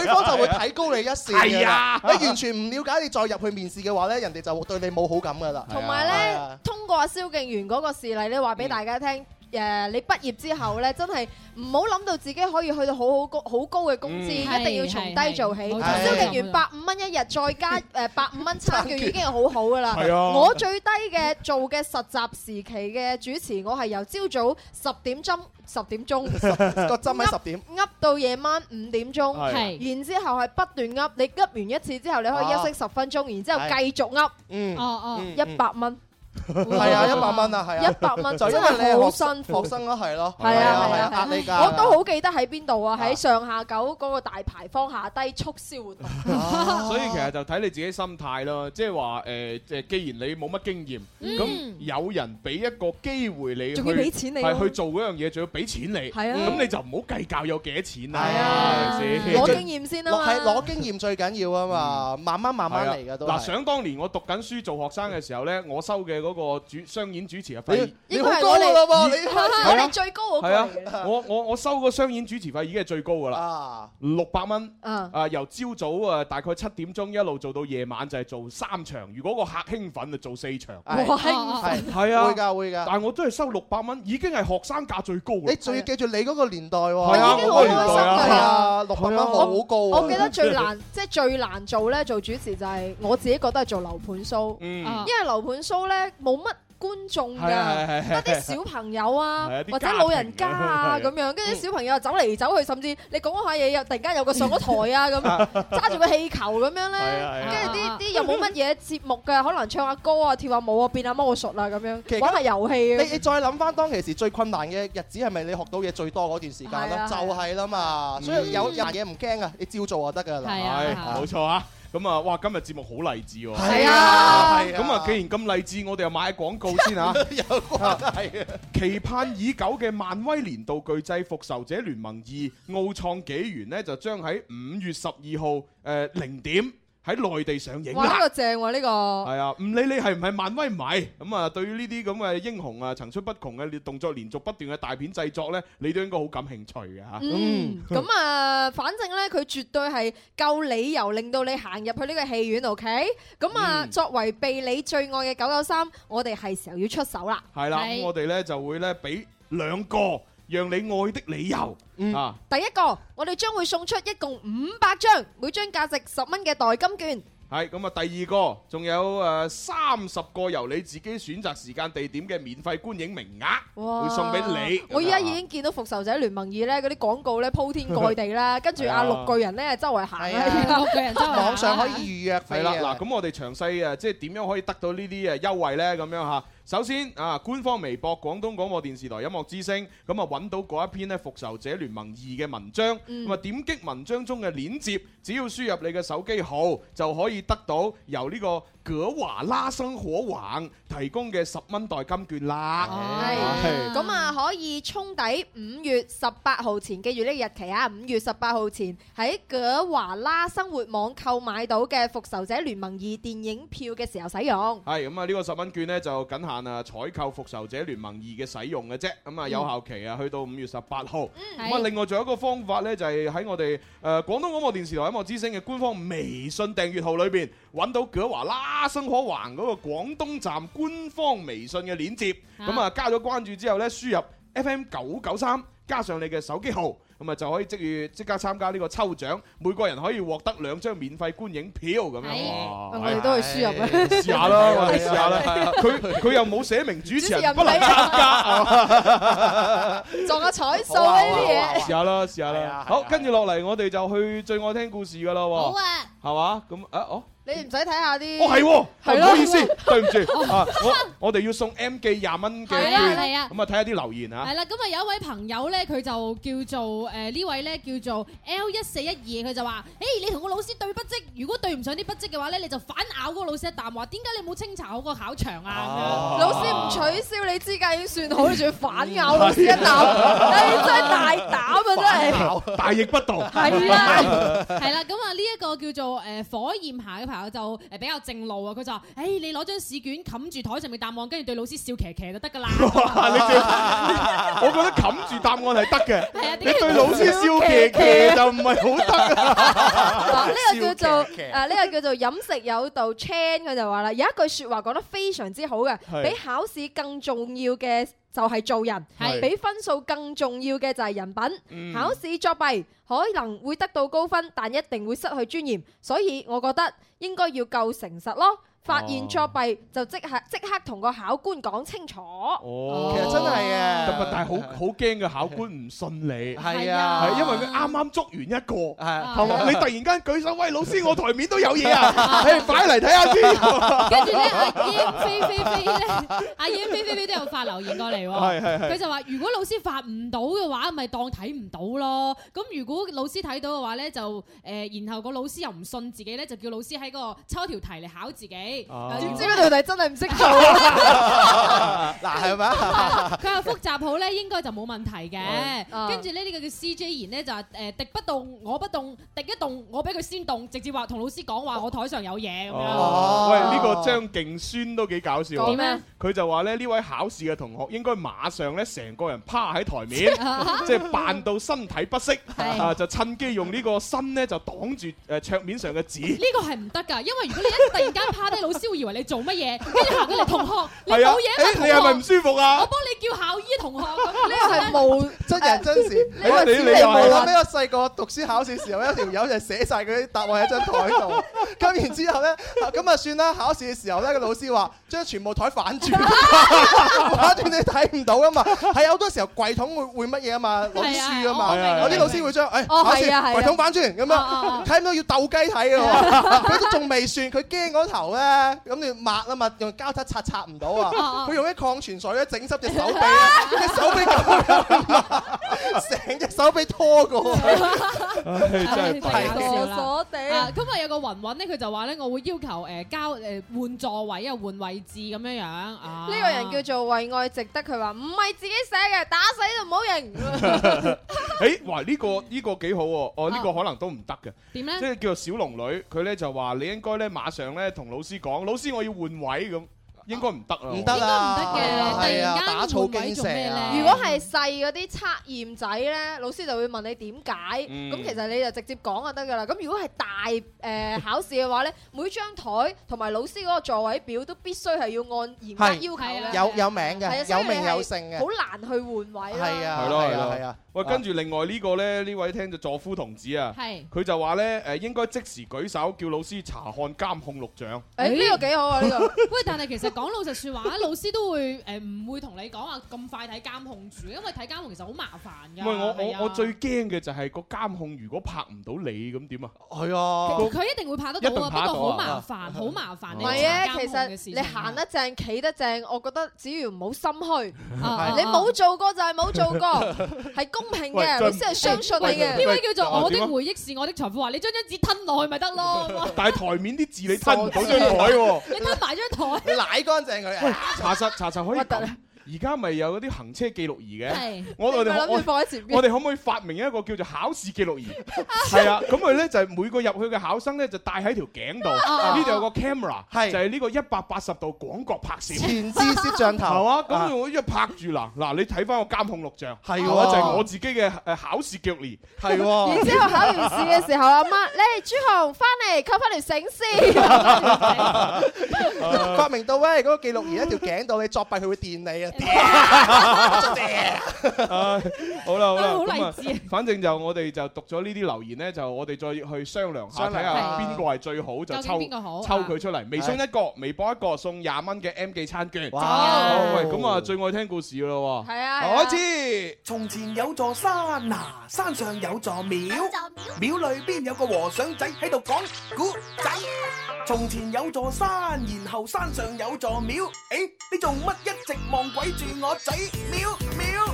對方就會睇高你一線㗎係啦啊你完全唔了解，你再入去面試嘅話咧，人哋就對你冇好感噶啦。同埋係咧啊，，通過阿蕭敬元嗰個事例咧，話俾大家聽。誒，你畢業之後咧，真係唔好諗到自己可以去到好好高好高嘅工資，嗯一定要從低做起。係係係冇錯蕭敬元冇錯百五蚊一日，再加誒呃百五蚊餐券已經係好好噶啦。係啊我最低嘅做嘅實習時期嘅主持，我係由朝早十點鐘十點 鐘個針喺十點。噏到夜晚五點鐘，係然之後係不斷噏，你噏完一次之後，你可以休息十分鐘，然之後繼續噏，嗯哦哦，嗯一百蚊，係啊，一百蚊啊，係啊， 100蚊就因為你係真係好學生辛苦學生咯，係咯，係啊係係啊，壓啊力，㗎。我都好記得喺邊度啊，喺上下九嗰個大牌坊下低促銷活動， 所以其實就睇你自己心態咯，即係話誒，即係既然你冇乜經驗，嗯咁有人俾一個機會你去，仲要俾錢你咯係去做嗰樣嘢，仲要俾錢你，係啊咁你就唔好計較有幾多錢啦，係啊咪先攞經驗先啊攞係嘛。攞經驗最緊要啊嘛，慢慢慢慢嚟㗎都嗱，係。想當年我讀緊書做學生嘅時候呢，我收嘅嗰嗰個主商演主持嘅費。應該係我哋係啊 我哋最高嗰個係啊嚟嘅，我我我收個商演主持費已經係最高㗎啊啦，六百蚊。嗯啊，由朝早啊大概七點鐘一路做到夜晚，就係做三場。如果個客興奮，就做四場。係哇興奮係啊，會㗎會㗎但係我都係收六百蚊，已經係學生價最高啦。啊你仲要記住你嗰個年代喎，係啊我嗰個個年代年代啊啊，六百蚊好高啊！我記得最難，即係最難做咧，做主持就係我自己覺得係做樓盤 show，嗯因為樓盤 show 咧冇乜觀眾係係係㗎，係得啲小朋友啊係啊啲，或者家庭老人家啊啊咁樣，跟住啲小朋友走嚟走去，甚至你講嗰下嘢又突然間有個上咗台啊咁，揸住個氣球咁樣係啊咧係啊，跟住啲啲又冇乜嘢節目㗎，可能唱下歌啊、跳下舞啊、變下魔術啊咁樣，玩下遊戲你啊你。再諗翻當其時最困難嘅日子係咪你學到嘢最多嗰段時間係咧？啊就係啊係啦嘛，所以有有嘢唔驚啊，你照做就得㗎啦。係冇錯啊！咁啊，哇！今日節目好勵志喎。係啊係啊咁啊，既然咁勵志，我哋又買廣告先啊嚇。 有關係期盼已久嘅漫威年度巨製《復仇者聯盟二》奧創紀元呢，就將喺五月十二號誒呃零點喺內地上映哇！呢啦個。正喎，呢個。係啊，唔理你係唔係漫威迷，咁啊，對於呢啲咁嘅英雄啊層出不窮嘅動作連續不斷嘅大片製作呢，你都應該好感興趣嘅嚇。嗯，咁啊，反正咧，佢絕對係夠理由令到你行入去呢個戲院，OK？咁啊，作為被你最愛嘅九九三，我哋係時候要出手啦。係啦，咁我哋呢就會呢俾兩個讓你愛的理由啊。第一個，我哋將會送出一共五百張，每張價值十蚊嘅代金券。係咁啊，第二個仲有誒三十個由你自己選擇時間地點嘅免費觀影名額，會送俾你。我依家已經見到《復仇者聯盟二》咧，嗰啲廣告咧鋪天蓋地啦，跟住阿係啊綠巨人咧周圍行係啊啦，綠巨人周圍行啊網上可以預約飛係啊啦，嗱，咁我哋詳細啊誒，即係點樣可以得到呢啲誒優惠呢？咁樣嚇。首先啊，官方微博廣東廣播電視台音樂之聲，咁啊揾到嗰一篇咧《復仇者聯盟二》嘅文章，嗯咁啊點擊文章中嘅鏈接，只要輸入你嘅手機號，就可以得到由呢個葛華拉生火王提供嘅十蚊代金券啦。係咁啊，可以沖抵五月十八號前，記住呢個日期啊！五月十八號前喺葛華拉生活網購買到嘅《復仇者聯盟二》電影票嘅時候使 用。係咁啊！呢個十蚊券呢，就僅限啊採購《復仇者聯盟二》嘅使用嘅啫，咁啊有效期啊去到五月十八號。咁啊，另外仲有一個方法呢，就係喺我哋誒廣東廣播電視台音樂之聲嘅官方微信訂閱號裏邊揾到葛華啦生可橫嗰個廣東站官方微信嘅鏈接，啊咁啊加咗關注之後呢，輸入 FM 九九三加上你嘅手機號。咁啊就可以即月即刻參加呢個抽獎，每個人可以獲得兩張免費觀影票咁樣。哇哎哎我哋都去輸入啊試下啦， 我係哋啊試下啦。係啊係啊佢佢又冇寫明主持主持人人唔不能理參 加。撞下彩數好啊呢啲嘢。試下啦，試下啦。好，跟住落嚟，我哋就去最愛聽故事噶啦。好好啊，係嘛？咁啊，哦，你哋唔使睇下啲。哦係喎，係唔咯好意思，對唔 住哦啊，我我哋要送 M 記廿蚊嘅係券，啊係啊咁啊睇下啲留言係啊。啦，咁啊有一位朋友咧，佢就叫做誒呢位咧叫做 L 一四一二，佢就話：，誒你同個老師對筆跡，如果對唔上啲筆跡嘅話咧，你就反咬嗰個老師一啖，話點解你冇清查好個考場啊？老師唔取消你資格已經算好，你仲要反咬老師一啖， 你哎真係大膽啊！真係。大逆不道。係 啦，係啦，咁啊呢一個叫做誒火焰下嘅朋友就誒比較正路啊，佢就話：，誒你攞張試卷冚住台上面答案，跟住對老師笑騎騎就得㗎啦。哇你最 我覺得冚住答案係得係啊嘅，你對老師笑騎騎就唔係好得啊。嗱，哦呢個叫笑騎騎做啊，呢個叫做飲食有道 Chan 佢就話啦，有一句説話講得非常之好嘅，係比考試更重要嘅就係做人，係比分數更重要嘅就係人品。嗯考試作弊可能會得到高分，但一定會失去尊嚴，所以我覺得應該要夠誠實咯。發現作弊就即刻即刻同個考官講清楚。哦，其實真係嘅咁啊，但係好好驚嘅考官唔信你，係啊係因為佢啱啱捉完一個，同你突然間舉手，喂老師，我台面都有嘢啊，誒快嚟睇下先。跟住咧，阿燕飛飛飛咧，阿燕飛飛飛都有發留言過嚟喎。係係係佢就話：如果老師發唔到嘅話，咪當睇唔到咯。咁如果老師睇到嘅話咧，就誒，然後個老師又唔信自己咧，就叫老師喺個抽條題嚟考自己。哦啊如點果知呢條題真係唔識做 啊嗱係佢咪？話複雜好咧，應該就冇問題嘅。哦跟住咧，呢個叫 CJ 言咧就話誒敵不動我不動，敵一動我俾佢先動，直接話同老師講話我台上有嘢咁樣。哦哦喂，呢個個張勁酸都幾搞笑啊。點啊，佢就話咧呢位考試嘅同學應該馬上咧成個人趴喺台面 即係扮到身體不適，啊就趁機用呢個身咧就擋住誒桌面上嘅紙。 呢個係唔得㗎，因為如果你一突然間趴低，老師會以為你做乜嘢， 跟住行過嚟同學，你係啊冇嘢嘛誒你係咪唔舒服啊我幫你叫校醫同學咁。呢個係無真人真事。哎你話啊你你你你冇諗又係咩？我細個讀書考試時候，有條友就寫晒佢啲答案喺張台 度。咁然之後咧，咁啊算啦。考試嘅時候咧，個老師話將全部台反 轉，反轉你睇唔到啊嘛。係有好多時候櫃桶會會乜嘢啊嘛，攞啲書啊係啊嘛。我明有啲我明老師會將哎誒哦考係啊係試啊櫃桶反轉咁哦樣，睇唔到要鬥雞睇 嘅喎。佢都仲未算，佢驚嗰頭咧，咁你抹啊嘛，用膠擦擦擦唔到啊哦。哦佢用啲礦泉水咧整濕隻手臂啊，隻手臂咁樣。成隻手俾拖過，真係弊所地。啊咁啊有個雲雲咧，佢就話咧，我會要求誒交誒換座位啊，換位置咁樣樣啊。呢個人叫做為 愛值得，佢話唔係自己寫嘅，打死都唔好認。誒，哎哇！呢個呢個幾好喎，哦啊呢個可能都唔得嘅。點咧即係叫做小龍女，佢咧就話你應該咧馬上咧同老師講，老師我要換位咁，應該唔得啊。唔得啊應該唔得嘅係啊突然間打草換位驚做咩蛇啊呢如果係細嗰啲測驗仔咧，老師就會問你點解，嗯咁其實你就直接講就得㗎啦。咁如果係大誒考試嘅話咧，每張台同埋老師嗰個座位表都必須係要按嚴格係要求嘅，有有名嘅係啊所以有名你係有姓嘅好難去換位啦。係啊係咯係係啊咯係啊喂，跟住另外呢個咧，呢位聽咗助夫同志啊係，佢就話咧誒應該即時舉手叫老師查看監控錄像。哎誒呢個幾好啊！呢個哎 喂，但係其實講老實説話，老師都會誒唔會同你講話咁快睇監控住，因為睇監控其實好麻煩唔㗎。係我係啊我我最驚嘅就係個監控如果拍唔到你咁點啊？係啊佢佢一定會拍得到一定啊，拍得不到過好啊麻煩，好麻煩。唔你係啊，查監其控嘅事實情你行得正、企得正，我覺得只要唔好心虛，啊你冇做過就係冇做過， 係公平喂嘅，再老師係相信你嘅。呢位叫做我的點啊回憶是我的財富，話你將張紙吞落去咪得咯，但係台面啲字你吞唔到張台喎。你吞埋張台，舐乾淨佢。喂， 查實查實可以咁。而家咪有嗰啲行車記錄儀啊係嘅，我我你咪哋諗住我放喺前邊我哋可唔可以發明一個叫做考試記錄儀？係啊，咁佢咧就係每個入去嘅考生咧就戴喺條頸哦度，啊呢度有個 camera，係就係呢個一百八十度廣角拍攝，前置攝像頭係嘛？啊咁我一拍住嗱嗱，你睇翻個監控錄像，係嘛喎就係我自己嘅誒考試記錄儀，係然之後考完試嘅時候，阿媽，你朱紅翻嚟扣翻條繩 先。啊發明到喂嗰個記錄儀一條頸度，你作弊佢會電 你啊！ 唉啊好啦好啦，好咁勵啊志啊，反正就我哋就讀咗呢啲留言咧，就我哋再去商量下，商睇量下下邊個係最好，就究竟抽邊個好抽啊佢出嚟。微信一個，微博一個，送廿蚊嘅 M 記餐券。哇好喂，咁啊最愛聽故事咯喎，係啊開始。從前有座山啊，山上有座廟，廟裏邊有個和尚仔喺度講古仔。從前有座山，然後山上有座廟，誒、你做乜一直望鬼住我仔？廟廟。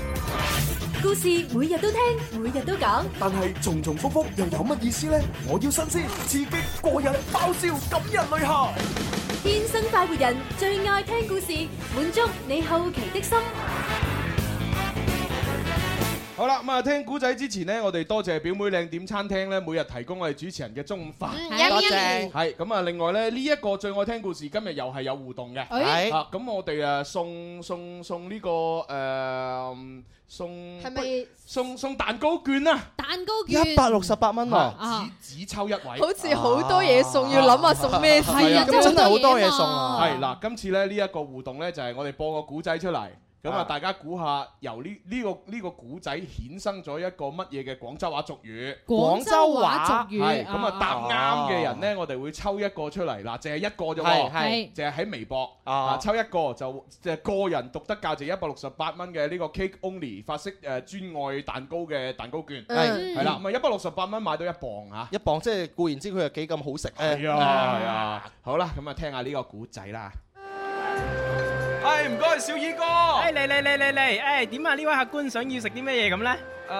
故事每日都聽，每日都講。但係重重複複又有乜意思呢？我要新鮮、刺激、過癮、爆笑、感人淚下。天生快活人最愛聽故事，滿足你好奇的心。好啦，咁啊聽古仔之前呢，我哋多謝表妹靚點餐廳咧，每日提供我哋主持人嘅中午飯。嗯多謝係咁啊，另外咧呢一個最愛聽故事，今日又係有互動嘅。哎啊，咁我哋啊送送送呢個誒送係咪送送蛋糕券啊？蛋糕一百六十八蚊啊啊！只只抽一位，好似好多嘢送要諗下送咩先係啊咁真係好多嘢送啊！係嗱，今次咧呢一個互動咧就係我哋播個古仔出嚟，咁啊啊大家估下由呢呢個呢個古仔衍生咗一個乜嘢嘅廣州話俗語？廣州話俗語係咁啊啊答啱嘅人咧，我哋會抽一個出嚟，嗱，淨係一個啫係喎，係淨係喺微博啊抽一個就就個人獨得價值一百六十八蚊嘅呢個 Cake Only 法式誒專愛蛋糕嘅蛋糕券，係係啦，咁啊一百六十八蚊買到一磅啊嚇。一磅即係固然知佢係幾咁好食咧。係啊係啊，好啦，咁啊聽下呢個古仔啦。唉，唔該，小二哥。唉，嚟嚟嚟嚟嚟，唉，點啊？呢位客官想要食啲咩嘢咁呢？誒、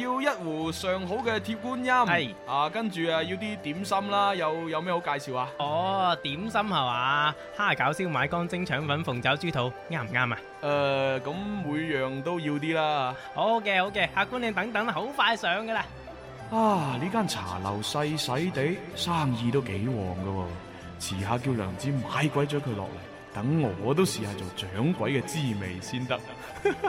要一壺上好嘅鐵觀音，係啊，跟住 à, 啊要啲點心啦，有有咩好介紹啊？哦，點心係嘛？蝦餃、燒賣、乾蒸腸粉、鳳爪、豬肚，啱唔啱啊？誒、咁每樣都要啲啦。好嘅，好嘅，客官你等等啦，好快上噶啦。啊，呢間茶樓細細地，生意都幾旺噶喎。遲下叫娘子買鬼咗佢落嚟，等我都試下做掌櫃嘅滋味先得。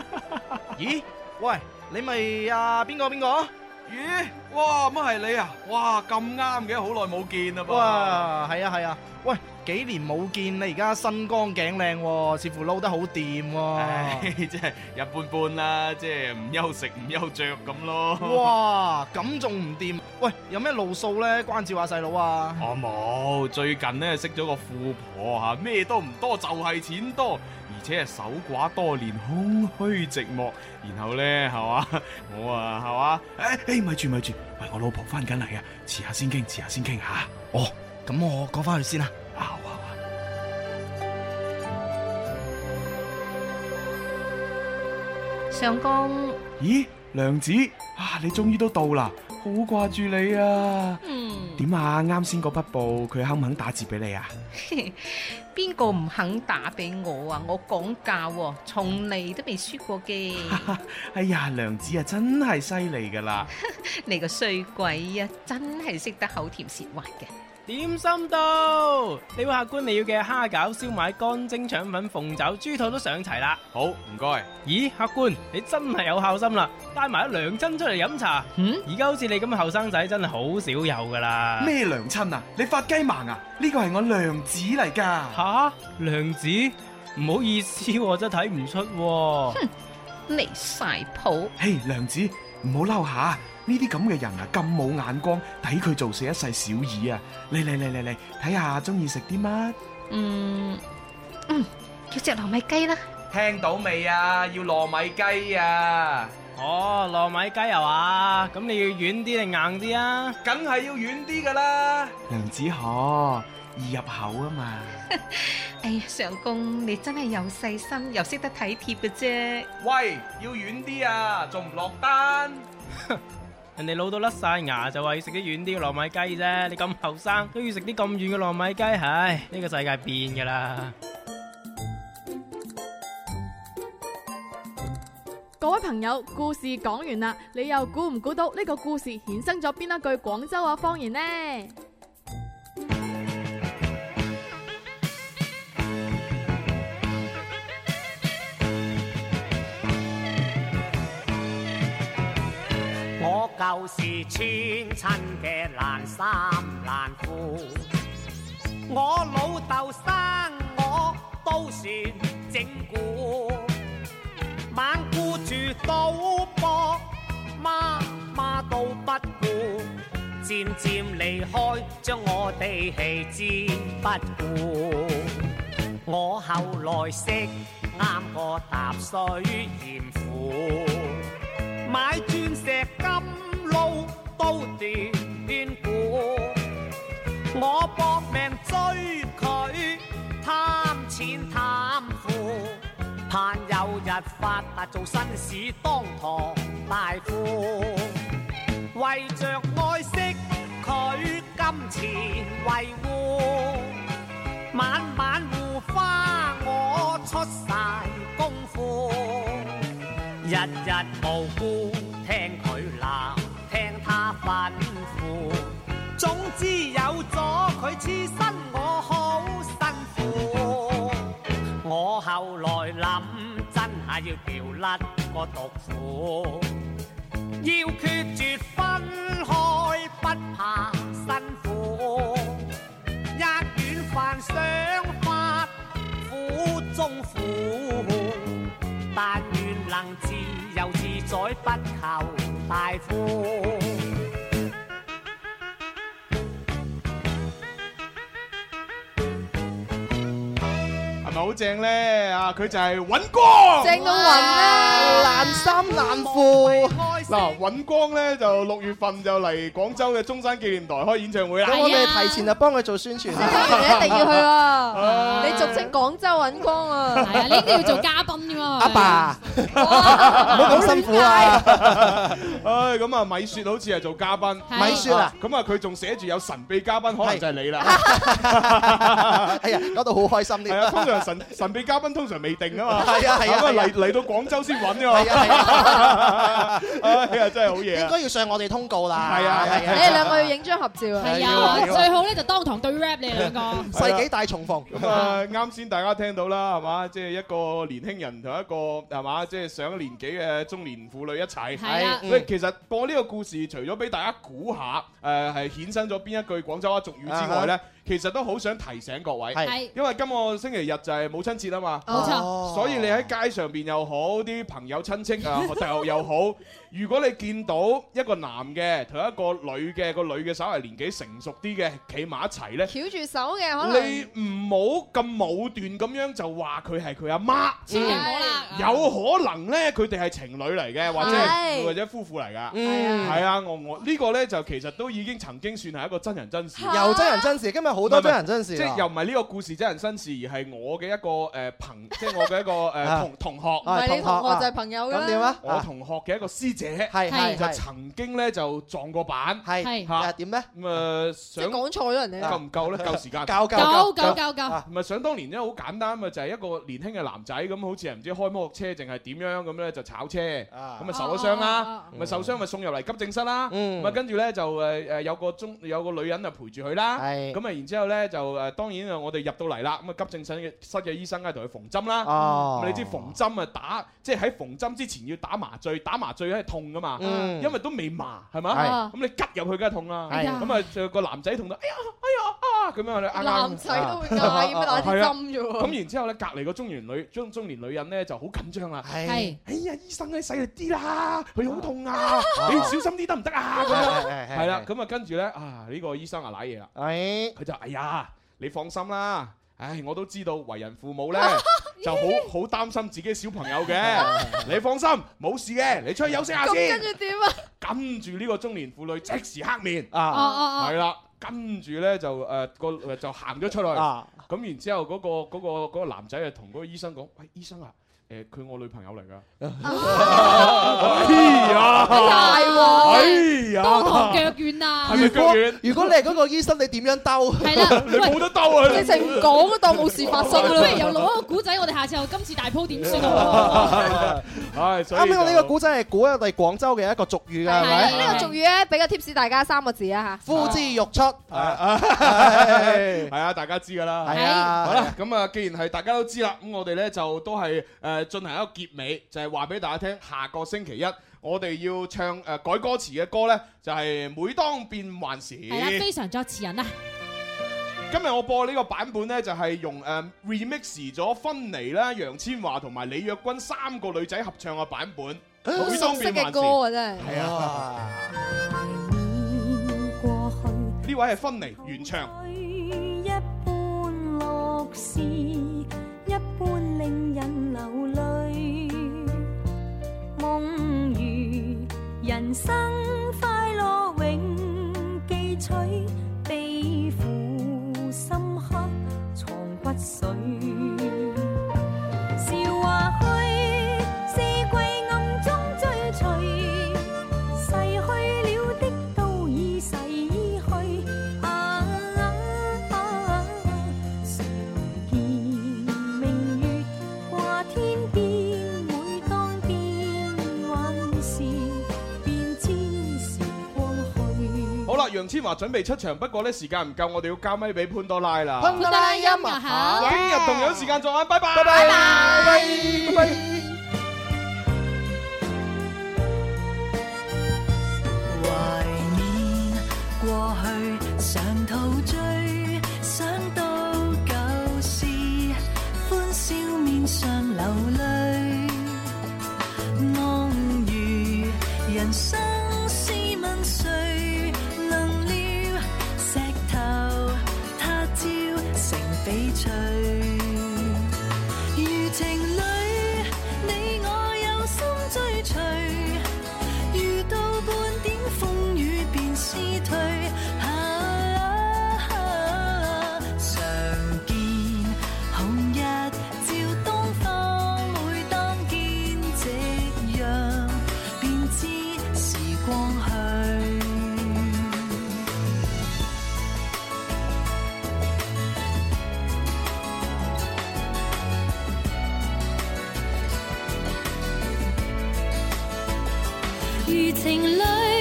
咦？喂，你咪啊邊個邊個？咦？哇！乜係你啊？哇！咁啱嘅，好耐冇見啊啦噃。哇，係啊係啊，喂，幾年冇見，你而家身光頸靚喎，似乎撈得好掂唉，喎。即係一般般啦，即係唔休食唔休着咁咯。！哇，咁仲唔掂？喂，有咩路數咧？關照下細佬啊！我冇，哦最近咧識咗個富婆吓，咩都唔多，就係錢多，而且係守寡多年，空虛寂寞。然後咧係嘛， 我啊係嘛，誒誒咪住咪住，喂我老婆翻緊嚟啊，遲下先傾，遲下先傾吓。哦，咁我講翻去先啦。相公，咦，娘子啊，你終於都到啦，好掛住你啊！嗯，點啊？啱先嗰匹布，佢肯唔肯打字俾你啊？ 邊個唔肯打俾我啊？我講價喎，從嚟都未輸過嘅。 哎呀，娘子啊，真係犀利噶啦！你個衰鬼啊，真係識得口甜舌滑嘅。點心到！呢位客官你要嘅蝦餃、燒賣、乾蒸腸粉、鳳爪、豬肚都上齊啦。好，唔該。咦，客官，你真係有孝心啦，帶埋阿娘親出嚟飲茶。嗯，而家好似你咁嘅後生仔，真係好少有噶啦。咩娘親啊？你發雞盲啊？呢個係我娘子嚟噶。吓，娘子，唔好意思喎，我真係睇唔出喎。離晒譜。嘿，娘子，唔好嬲下，呢啲咁嘅人啊，咁冇眼光，抵佢做死一世小二啊！嚟嚟嚟嚟嚟，睇下中意食啲乜？嗯嗯，叫隻糯米雞啦。聽到未啊？要糯米雞啊！哦，糯米雞啊嘛，咁你要軟啲定硬啲啊？梗係要軟啲噶啦。娘子可易入口啊嘛。哎呀，相公，你真係又細心又識得體貼嘅啫。喂，要軟啲啊，仲唔落單？ 人哋老到甩晒牙就話要食啲軟啲嘅糯米雞啫，你咁後生都要食啲咁軟嘅糯米雞，唉，呢、個世界變噶啦。各位朋友，故事講完啦，你又估唔估到呢個故事衍生咗邊一句廣州話方言呢？我舊時穿親嘅爛衫爛褲，我老豆生我都算整蠱，晚顧住賭博，媽媽都不顧，漸漸離開，將我哋棄之不顧。我後來識啱個踏水鹽苦。買鑽石金撈都斷估，我搏命追佢，貪錢貪富，盼有日發達做紳士當堂大富，為着愛惜佢金錢維護，晚晚護花我出晒功夫。日日無辜聽佢鬧，聽他吩咐。總之有咗佢黐身，我好辛苦。我後來諗，真係要掉甩個毒婦，要決絕分開，不怕辛苦。一碗飯想法苦中苦。但願能自由自在，不求大富。係咪好正咧？啊，佢就係尹光，正到暈啊爛衫爛褲。嗱，尹光咧就六月份就嚟廣州嘅中山啊紀念台開演唱會啦。啊咁我哋提前就幫佢做宣傳。你一定要去喎，你仲堪稱廣州揾光啊！係啊，呢啲要做嘉賓噶嘛。阿爸，好辛苦啊！唉，咁啊，米雪好似係做嘉賓，係米雪啊，咁啊，佢仲寫住有神秘嘉賓，可能就係你啦。 哎呀，搞到好開心啲。係啊，通常神神秘嘉賓通常未定啊嘛。係啊係啊咁係啊嚟嚟到廣州先揾㗎嘛。係啊， 哎呀，真係好嘢應啊！該要上我哋通告啦。係啊係你哋兩個要影張合照啊！係要啊啊，要啊最好咧就當堂對 rap 你兩個。世紀大重逢。咁啊，啱先大家聽到啦，係嘛？即係一個年輕人同一個係嘛，即係上咗年紀嘅中年婦女一齊。係啦喂，其實播呢個故事，除咗俾大家估下，誒係衍生咗邊一句廣州話俗語之外啊呢，其實都好想提醒各位係係，因為今個星期日就係母親節啊嘛。冇錯哦所以你喺街上邊又好，啲朋友親戚啊、學弟又好，如果你見到一個男嘅同一個女嘅，個女嘅稍為年紀成熟啲嘅企埋一齊呢。翹住手嘅可能你唔好咁武斷咁樣就話佢係佢阿媽，千祈唔好啦。啊有可能呢，佢哋係情侶嚟嘅，或者係係或者夫婦嚟㗎。嗯係啊，我我呢個呢，就其實都已經曾經算係一個真人真事。又真人真事，今日好多真人真事啊即啦係又唔係呢個故事真人真事，而係我嘅一個誒朋，即係我嘅一個誒啊同同學。唔係你同學就係朋友㗎啦。咁點啊？我同學嘅一個師姐，係係就係曾經咧就撞過板，係嚇誒點咧？咁啊即想係講錯咗人哋啦。夠唔 夠咧？夠時間。教教夠教夠夠啊夠，唔係想當年咧好簡單嘛，就係一個年輕嘅男仔咁，好似係唔知開摩托車定係點樣咁咧就炒車，咁啊啊受咗傷啦哦，咪受傷咪送入嚟急症室啦，嗯咁啊跟住咧就誒誒有個中有個女人啊陪住佢啦，係咁啊然之後咧就誒當然啊我哋入到嚟啦，咁啊急症室嘅室嘅醫生咧啊同佢縫針啦。哦咁你知縫針啊打，即係喺縫針之前要打麻醉，打麻醉係痛噶嘛，嗯因為都未麻係係嘛，咁你吉入去梗係痛啦，係咁啊就個男仔痛到哎呀哎呀啊咁樣你啱啱啊男仔都會介意咩打支針啫咁喎。然之後咧，隔離個中年女中中年女人咧就好緊張啦。係係哎呀，醫生咧細力啲啦，佢好痛啊，你小心啲得唔得啊？咁樣 係啦，咁啊跟住咧啊呢個醫生啊賴嘢啦，誒佢就哎呀你放心啦，唉我都知道為人父 母咧就好好擔心自己小朋友嘅， 你放心冇事嘅，你出去休息下咁先跟。住點啊？跟住呢個中年婦女即時黑面，哦啊哦係啦，跟住咧就誒個就行咗出去。啊咁然之後嗰、個嗰、個嗰個男仔就同嗰個醫生講：喂，醫生啊，誒、佢我女朋友嚟 㗎。大鑊哎呀，哎當堂腳呀，軟啊係！咪腳軟？如果你係嗰個醫生，你點樣兜？係啦，你冇得兜啊！直情唔講都當冇事發生啊不如啦。又攞一個古仔，我哋下次又今次大鋪點算啊好？ 唉，所以啱啱我呢就個古仔係估我哋廣州嘅一個俗語㗎，係呢咪？呢個俗語咧，俾個 tips 大家三個字啊呼之欲出，係啊，大家知㗎啦。係啊，好啦，咁啊，既然係大家都知啦，咁我哋咧就都係誒進行一個結尾，就係話俾大家聽，下個星期一我哋要唱誒改歌詞嘅歌咧，就係每當變幻時。係啦，非常作詞人啊！今日我播呢個版本呢，就係、用誒、呃 remix 咗芬妮啦、楊千嬅同埋李若君三個女仔合唱嘅版本。嚇，好每熟當悉變嘅幻時歌啊，真係。係啊，呢位係芬妮原唱。一般樂事，一般令人流淚。夢如人生快樂永記取，悲苦深刻藏骨髓。笑話虛，是貴暗中追隨。逝去了的都已逝去，啊啊啊啊！常見明月掛天邊，每當變幻時，便知時光去。好啦，楊千嬅準備出場，不過呢時間唔夠，我哋要交咪俾潘多拉啦。潘多拉音啊，好聽日同樣時間再玩，拜拜。拜拜。懷念過去，常陶醉，想到舊事，歡笑面上流淚。夢如人生，試問誰能料？石頭他朝成翡翠。如情侶，你我有心追隨，遇到半點風雨便思退。啊，常見紅如情侶。